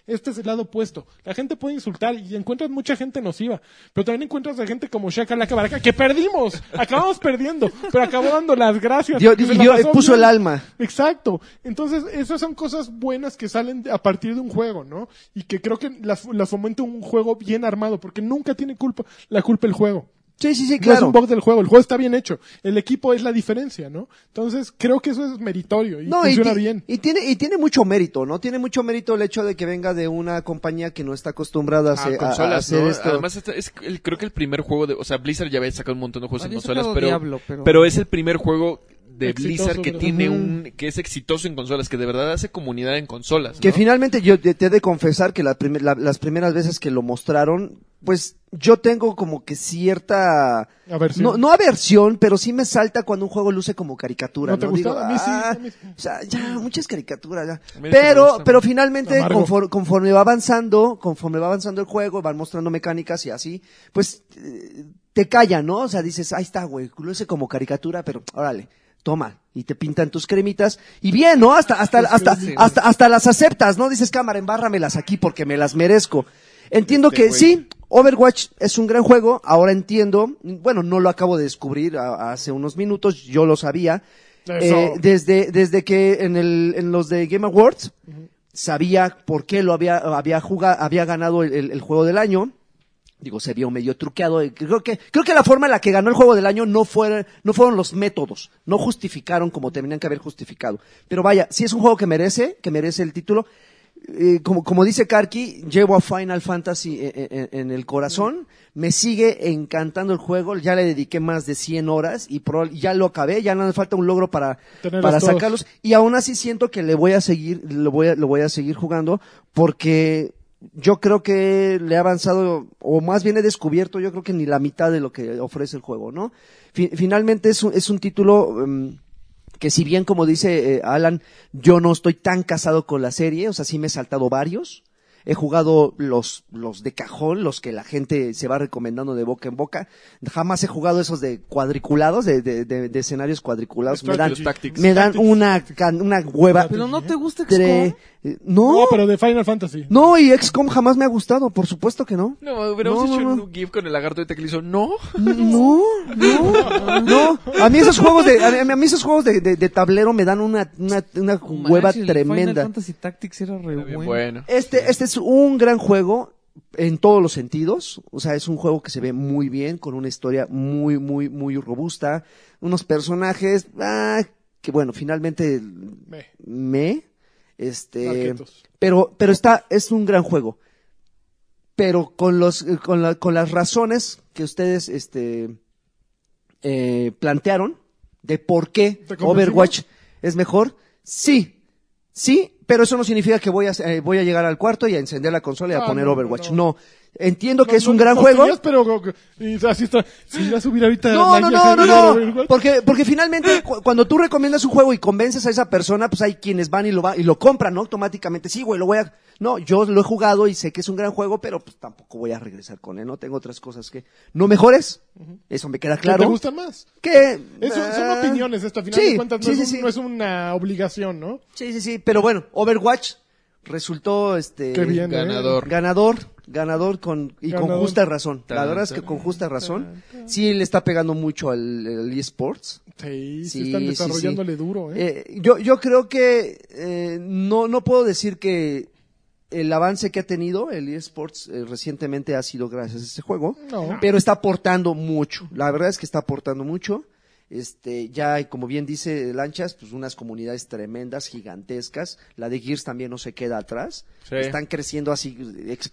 Este es el lado opuesto. La gente puede insultar y encuentras mucha gente nociva. Pero también encuentras a gente como Shaka Laka Baraka, que perdimos. Acabamos perdiendo. Pero acabó dando las gracias.
Dio-
porque se
y
la
dio-
pasó
puso
bien.
el alma.
Exacto. Entonces, esas son cosas buenas que salen de- a partir de un juego, ¿no? Y que creo que las, las fomenta un juego bien armado. Porque nunca tiene culpa, la culpa el juego.
Sí, sí, sí,
No es
claro.
un bug del juego. El juego está bien hecho. El equipo es la diferencia, ¿no? Entonces, creo que eso es meritorio. Y
No, y,
funciona
ti-
bien.
y tiene, y tiene mucho mérito, ¿no? Tiene mucho mérito el hecho de que venga de una compañía que no está acostumbrada a,
Ah,
hacer- a- a
consolas,
hacer
¿no?
esto.
Además, esta- es el- creo que el primer juego de. O sea, Blizzard ya había sacado un montón de juegos en
Había
consolas,
sacado
pero,
Diablo, pero-
pero. es el primer juego de
Exitoso,
Blizzard que
¿verdad?
tiene un. que es exitoso en consolas, que de verdad hace comunidad en consolas.
Que
¿no?
finalmente yo te, te he de confesar que la primer- la- las primeras veces que lo mostraron, pues yo tengo como que cierta...
Aversión.
No, no aversión, pero sí me salta cuando un juego luce como caricatura.
¿No te
Digo,
gustaba? A mí sí,
"Ah,
a mí sí".
O sea, ya, muchas caricaturas. ya.
A mí sí me
Pero,
gusta.
pero finalmente,
Amargo.
confor- conforme va avanzando, conforme va avanzando el juego, van mostrando mecánicas y así, pues eh, te calla, ¿no? O sea, dices, ahí está, güey, luce como caricatura, pero órale. Toma, y te pintan tus cremitas, y bien, ¿no? Hasta, hasta,
Pues
hasta,
sí, güey.
hasta, hasta, hasta las aceptas, ¿no? Dices, cámara, embárramelas aquí porque me las merezco. Entiendo
Este
que
güey.
sí, Overwatch es un gran juego, ahora entiendo, bueno, no lo acabo de descubrir a- hace unos minutos, yo lo sabía,
Eso.
Eh, desde, desde que en, el, en los de Game Awards sabía por qué lo había, había, jugado, había ganado el, el- el juego del año. Digo, se vio medio truqueado. eh, Creo que, creo que la forma en la que ganó el juego del año no, fueron no fueron los métodos. No justificaron como tenían que haber justificado. Pero vaya, si es un juego que merece, que merece el título. eh, como, como dice Karki, llevo a Final Fantasy e- e- e- en, el corazón. Me sigue encantando el juego. Ya le dediqué más de 100 horas y proba- ya lo acabé. Ya no me falta un logro para,
Tenerlos
para
todos.
sacarlos. Y aún así siento que le voy a seguir, lo voy a, lo voy a seguir jugando porque yo creo que le he avanzado, o más bien he descubierto, yo creo que ni la mitad de lo que ofrece el juego, ¿no? Fi- finalmente es un, es un título em, que si bien, como dice eh, Alan, yo no estoy tan casado con la serie, o sea, sí me he saltado varios. He jugado los, los de cajón, los que la gente se va recomendando de boca en boca. Jamás he jugado esos de cuadriculados, de, de, de- de escenarios cuadriculados. Me dan,
Los Tactics.
me dan
Tactics.
una, can- una hueva.
Pero no te gusta
Tre-
XCOM.
eh,
No,
No,
pero de Final Fantasy.
no, y XCOM jamás me ha gustado, por supuesto que no.
No, hubiéramos
No,
hecho
no, no.
un GIF con el lagarto de hizo No.
No, no, no. A mí esos juegos de, a mí- a mí esos juegos de, de- de tablero me dan una, una, una
Manches,
hueva
el Final
tremenda.
Fantasy Tactics era re
Bueno.
bueno.
Este, este es un gran juego en todos los sentidos. O sea, es un juego que se ve muy bien, con una historia muy, muy, muy robusta. Unos personajes, ah, que bueno, finalmente
Meh.
me, este,
Arquetos.
pero, pero está, es un gran juego. Pero con los, eh, con, la- con las razones que ustedes, este, eh, plantearon de por qué
¿Te convencimos?
Overwatch es mejor, sí, sí, pero eso no significa que voy a, eh, voy a llegar al cuarto y a encender la consola y a
Ah,
poner
no, no,
Overwatch. No,
no.
entiendo que
No,
es
no,
un gran
no,
juego.
tenías, pero y así está. Si vas a subir ahorita.
No, no,
Nike,
no,
así,
no,
ahora,
no.
igual.
Porque, porque finalmente, cu- cuando tú recomiendas un juego y convences a esa persona, pues hay quienes van y lo, va, y lo compran, ¿no? Automáticamente, sí, güey, lo voy a... No, yo lo he jugado y sé que es un gran juego, pero pues tampoco voy a regresar con él, ¿no? Tengo otras cosas que... No mejores, eso me
Que
queda
¿Te
claro.
gustan más?
Que...
Eso, son
ah,
opiniones esto, al final
sí,
de cuentas no,
sí,
es
sí,
un-
sí.
no es una obligación, ¿no?
Sí, sí, sí, pero bueno, Overwatch resultó, este...
Qué bien, ¿eh?
Ganador.
Ganador, ganador con, y con
Ganador.
justa razón. La
Tan,
verdad es que
tan,
con justa razón. Sí, le está pegando mucho al, al eSports.
Sí, sí,
Sí,
están
sí,
desarrollándole
sí.
duro, ¿eh?
Eh, yo, yo creo que eh, no, no puedo decir que el avance que ha tenido el eSports eh, recientemente ha sido gracias a este juego,
No.
pero está aportando mucho. La verdad es que está aportando mucho. Este, ya hay, como bien dice Lanchas, pues unas comunidades tremendas, gigantescas. La de Gears también no se queda atrás.
Sí.
Están creciendo así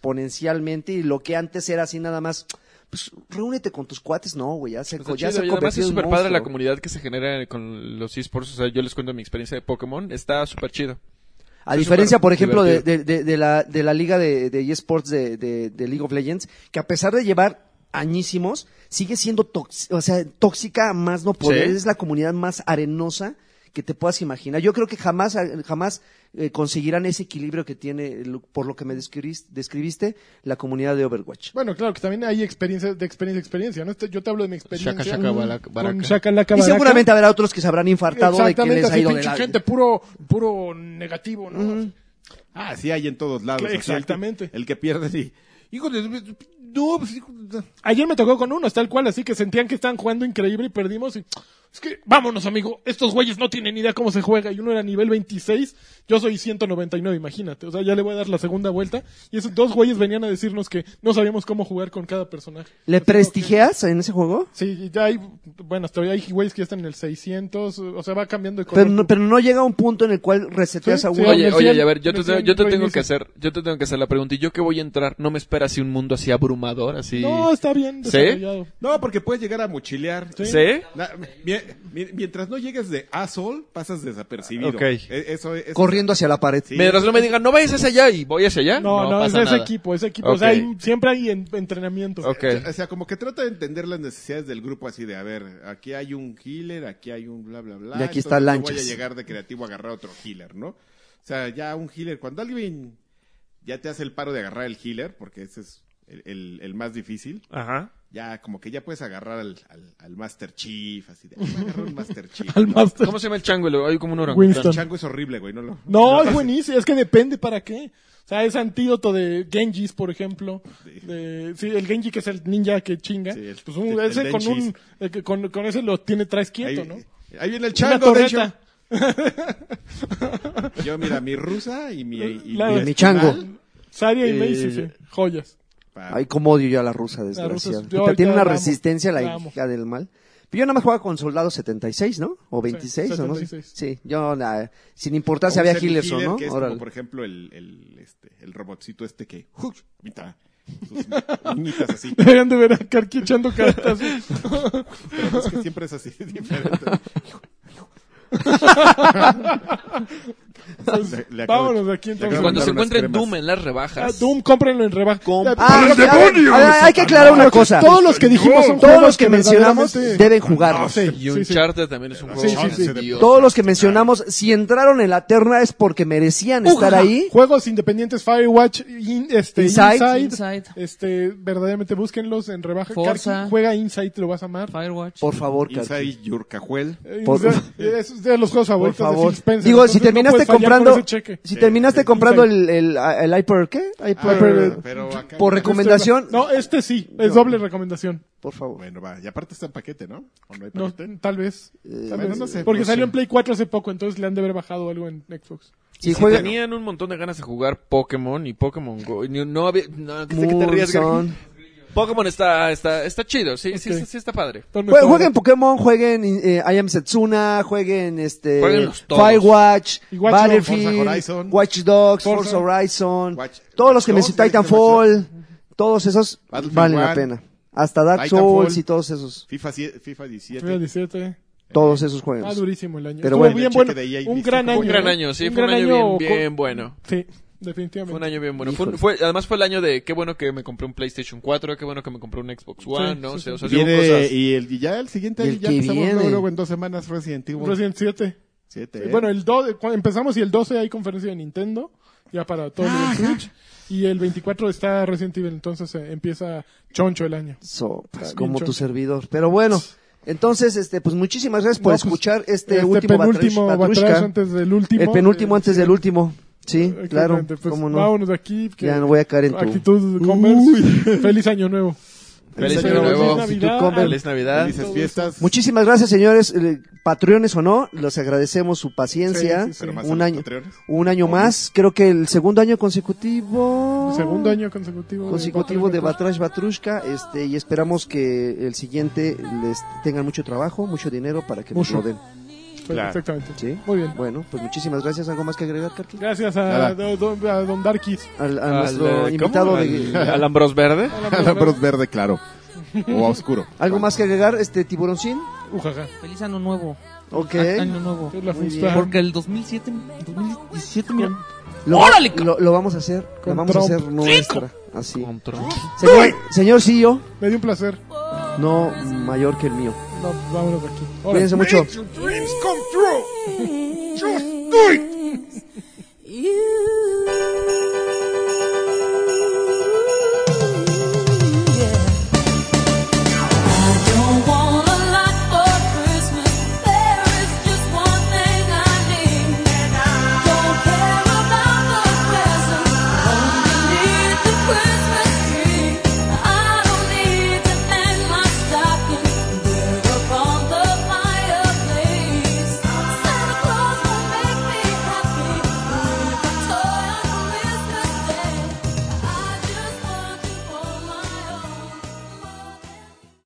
exponencialmente y lo que antes era así nada más, pues reúnete con tus cuates, no, güey, ya se,
pues Está
ya
chido,
se
y
ha
además es
convertido en
súper padre la
monstruo.
comunidad que se genera con los esports. O sea, yo les cuento mi experiencia de Pokémon. Está súper chido.
A
Es
diferencia,
súper
por ejemplo, de,
divertido.
de- de- de la, de la liga de, de eSports de, de- de League of Legends, que a pesar de llevar añísimos, sigue siendo tox- o sea, tóxica a más no poder.
Sí.
Es la comunidad más arenosa que te puedas imaginar. Yo creo que jamás, jamás eh, conseguirán ese equilibrio que tiene, lo- por lo que me describis- describiste, la comunidad de Overwatch.
Bueno, claro que también hay experiencia de experiencia experiencia, ¿no? Este- yo te hablo de mi experiencia.
Pues
Mm,
Shaka, shaka, baraka,
Con
baraka.
shakalaka,
Y
baraka.
seguramente habrá otros que se habrán infartado de que
Exactamente,
les ha
así
ido de
pinche
la-
gente puro, puro negativo, ¿no?
Ah, sí hay en todos lados.
Claro,
así, el que-
exactamente.
El que, pierde y... Hijo de... No, pues, hijo de-
Ayer me tocó con unos tal cual, así que sentían que estaban jugando increíble y perdimos. Y, es que, vámonos, amigo, estos güeyes no tienen idea cómo se juega. Y uno era nivel 26, yo soy 199, imagínate. O sea, ya le voy a dar la segunda vuelta. Y esos dos güeyes venían a decirnos que no sabíamos cómo jugar con cada personaje.
¿Le
Así como que-
prestigias en ese juego?
Sí, y ya hay, bueno, hasta hoy hay güeyes que ya están en el 600, o sea, va cambiando de color.
Pero no, pero no llega a un punto en el cual reseteas
Sí,
a
sí,
uno.
Oye,
me
oye,
fui al-
a ver, yo te,
me fui
tengo-
al
yo te tengo que
reinicio.
hacer, yo te tengo que hacer la pregunta. ¿Y yo qué voy a entrar? ¿No me espera así un mundo así abrumador, así?
No, está bien
¿Sí?
desarrollado.
No, porque puedes llegar a mochilear.
¿Sí?
Na- mi- mi- mientras no llegues de asshole, pasas desapercibido.
Ok.
E- Eso es...
Corriendo hacia la pared.
Sí.
Mientras no me digan, no vayas hacia allá y voy hacia allá.
No, no, es,
¿Eh? pasa
es
nada.
equipo, es equipo.
Ok.
O sea, hay- siempre hay en- entrenamiento.
Ok.
O sea, como que trata de entender las necesidades del grupo así de, a ver, aquí hay un healer, aquí hay un bla, bla, bla.
Y aquí está
entonces No
Lanchas.
voy a llegar de creativo a agarrar otro healer, ¿no? O sea, ya un healer, cuando alguien ya te hace el paro de agarrar el healer, porque ese es el, el- el más difícil,
Ajá.
ya como que ya puedes agarrar al, al, al Master Chief, así de, "Ah, voy a agarrar un Master Chief.
Al máster.
¿Cómo se llama el chango? Hay como un
Winston.
orangután.
El chango es horrible, güey, no lo...
No, es buenísimo, es que depende para qué. O sea, es antídoto de Genjis, por ejemplo. De- sí, el Genji que es el ninja que chinga.
Sí, el-
pues un-
el- el
ese con
Denjis.
un, eh, que con, con ese lo tiene, traes quieto,
ahí, eh,
¿no?
ahí viene el
Una
chango, de hecho.
torreta.
Yo, mira, mi rusa y mi... y
La-
Mi chango.
esquimal.
Saria y
Eh,
Macy, sí. Joyas.
Pa-
Ay, cómo odio yo a la rusa,
rusa es-
desgraciada.
yo
Puta,
ahorita
tiene una
la amo,
resistencia la,
la amo.
hija del mal. Pero yo nada más jugaba con soldados 76, ¿no? O 26, o no sé.
76.
Sí, yo nada, sin
O
importar
un
si había
semi
healers o
healer,
no.
que es como,
Órale.
por ejemplo, el, el, este, el robotcito este que... ¡Uy! Mita, sus uñitas así.
Deberían de ver a Karki echando cartas.
Pero es que siempre es así, diferente. Le- le acabo
vámonos
de-
de aquí
le
entonces.
acabo
Cuando
de
se
mandar
encuentra en
unas
Doom,
cremas.
en las
Ah,
rebajas.
Doom, cómprenlo en rebaja.
Ah,
Ya,
a ver, a ver, hay que aclarar una cosa.
Todos los que dijimos son
Todos
juegos
los que mencionamos deben jugarlos.
Sí,
Y
sí,
un
sí.
charter también es un juego.
sí, sí.
grandioso.
Todos los que mencionamos, si entraron en la terna es porque merecían estar ahí.
Juegos independientes, Firewatch, in- este,
Inside.
Inside,
Inside.
este, verdaderamente búsquenlos en rebaja.
Forza.
Karki, juega Inside, te lo vas a amar.
Firewatch.
Por favor, Carqui.
Inside your cajuel.
Eh,
Por-
es de- es de los juegos
Por
favoritos de
favor.
Phil Spencer,
Digo, si
entonces no
terminaste
puedes fallar
comprando,
por ese cheque.
si terminaste
sí,
comprando
Inside.
el, el, el Hyper, ¿qué?
Ah,
Hyper-
pero-
Pero acá...
por recomendación,
No, este sí, es doble recomendación.
por favor.
Bueno, va. Y aparte está en paquete, ¿no? ¿O no hay
No,
paquete?
tal vez. tal
bueno,
vez.
no sé,
Porque
no
salió
sé.
en Play 4 hace poco, entonces le han de haber bajado algo en Xbox.
Si
Sí,
juegan-
tenían un montón de ganas de jugar Pokémon y Pokémon Go. Ni- No había. No, ¿qué, qué te
Moon,
rías, Gargi?
Sun.
Pokémon está, está, está chido, sí, sí,
Ok.
sí, sí está padre.
Entonces,
Jue-
mejor-
jueguen Pokémon, jueguen eh, I Am Setsuna, jueguen este
Jueguenlos todos.
Firewatch,
Y Watch
Dogs,
Battlefield,
Forza Horizon.
Watch Dogs, Forza,
Forza.
Horizon,
Watch-
todos los que
Watch
mencioné,
Dogs,
Titanfall, todos esos
Battlefield
valen la
One,
pena. Hasta Dark
Titanfall.
Souls y todos esos,
FIFA, sie- FIFA 17.
Mira, 17.
todos esos
Ah,
juegos.
durísimo el año.
Pues, Pero
Estuvo
bueno,
bien
el
bueno.
cheque de EA
Un
viste
gran
cómo-
año.
Fue un gran
¿no?
año, sí,
Un
fue un
gran
año,
año
bien,
con-
bien bueno.
Sí,
Fue
definitivamente.
un año bien bueno. Fue un-
Híjole.
fue- además fue el año de qué bueno que me compré un PlayStation 4, qué bueno que me compré un Xbox One,
Sí,
no
sí,
sé,
sí.
o sea, sí hubo
Viene-
cosas.
y el y ya el siguiente
Y el
año ya
que
empezamos
viene.
luego, luego en dos semanas Resident Evil
Resident 7.
Este,
7. ¿eh?
Bueno, el 2, de- cu- empezamos y el 12 hay conferencia de Nintendo, ya para todo
Ah,
el Switch. Y el 24 está Resident Evil, entonces eh, empieza choncho el año.
Sopas,
Ah, Bien
pues, como tu
choncho. Pues,
servidor. Pero bueno, entonces, este, pues muchísimas gracias por
No, pues,
escuchar este,
este
último
penúltimo
Batrush-
Batrash
Batrushka.
antes del último.
el penúltimo
Eh,
antes del último. Sí, claro,
exactamente, pues,
cómo no.
Vámonos de aquí. que-
Ya no voy a caer en tu...
Actitud Converse. Feliz año nuevo.
Feliz
Feliz
Año Nuevo.
Navidad.
Si tú comes-
Feliz Navidad.
Felices fiestas.
Muchísimas gracias, señores. Eh, Patreones o no, les agradecemos su paciencia.
Sí, sí, sí.
Pero más a
Un
los
año,
patreones.
un año más. Creo que el segundo año consecutivo.
Segundo año consecutivo. de
Ah. consecutivo de
Batrash.
Batrash Batrushka. Este, y esperamos que el siguiente les tengan mucho trabajo, mucho dinero para que nos
Mucho.
roden.
Claro.
Exactamente.
¿Sí?
Muy bien.
Bueno, pues muchísimas gracias. ¿Algo más que agregar, Karki?
Gracias a,
Nada.
do- do- a Don Darkis.
Al, a
Al, eh,
nuestro
¿cómo?
invitado
Al,
de...
al Ambrose Verde.
Alambros verde claro. O a oscuro.
¿Algo más que agregar, este tiburoncín?
Ujaja.
Feliz año nuevo.
Ok.
A- Año nuevo.
Es la
Muy bien.
fusta.
Porque el 2007, 2017, mira,
Lo,
¡Órale,
lo, lo vamos a hacer. Lo
Con
vamos a
Trump.
hacer nuestra. Así.
con Trump.
Señor, señor CEO,
Me dio un placer.
no mayor que el mío.
No, vámonos de aquí. Órale.
Cuídense mucho.
Just do it. You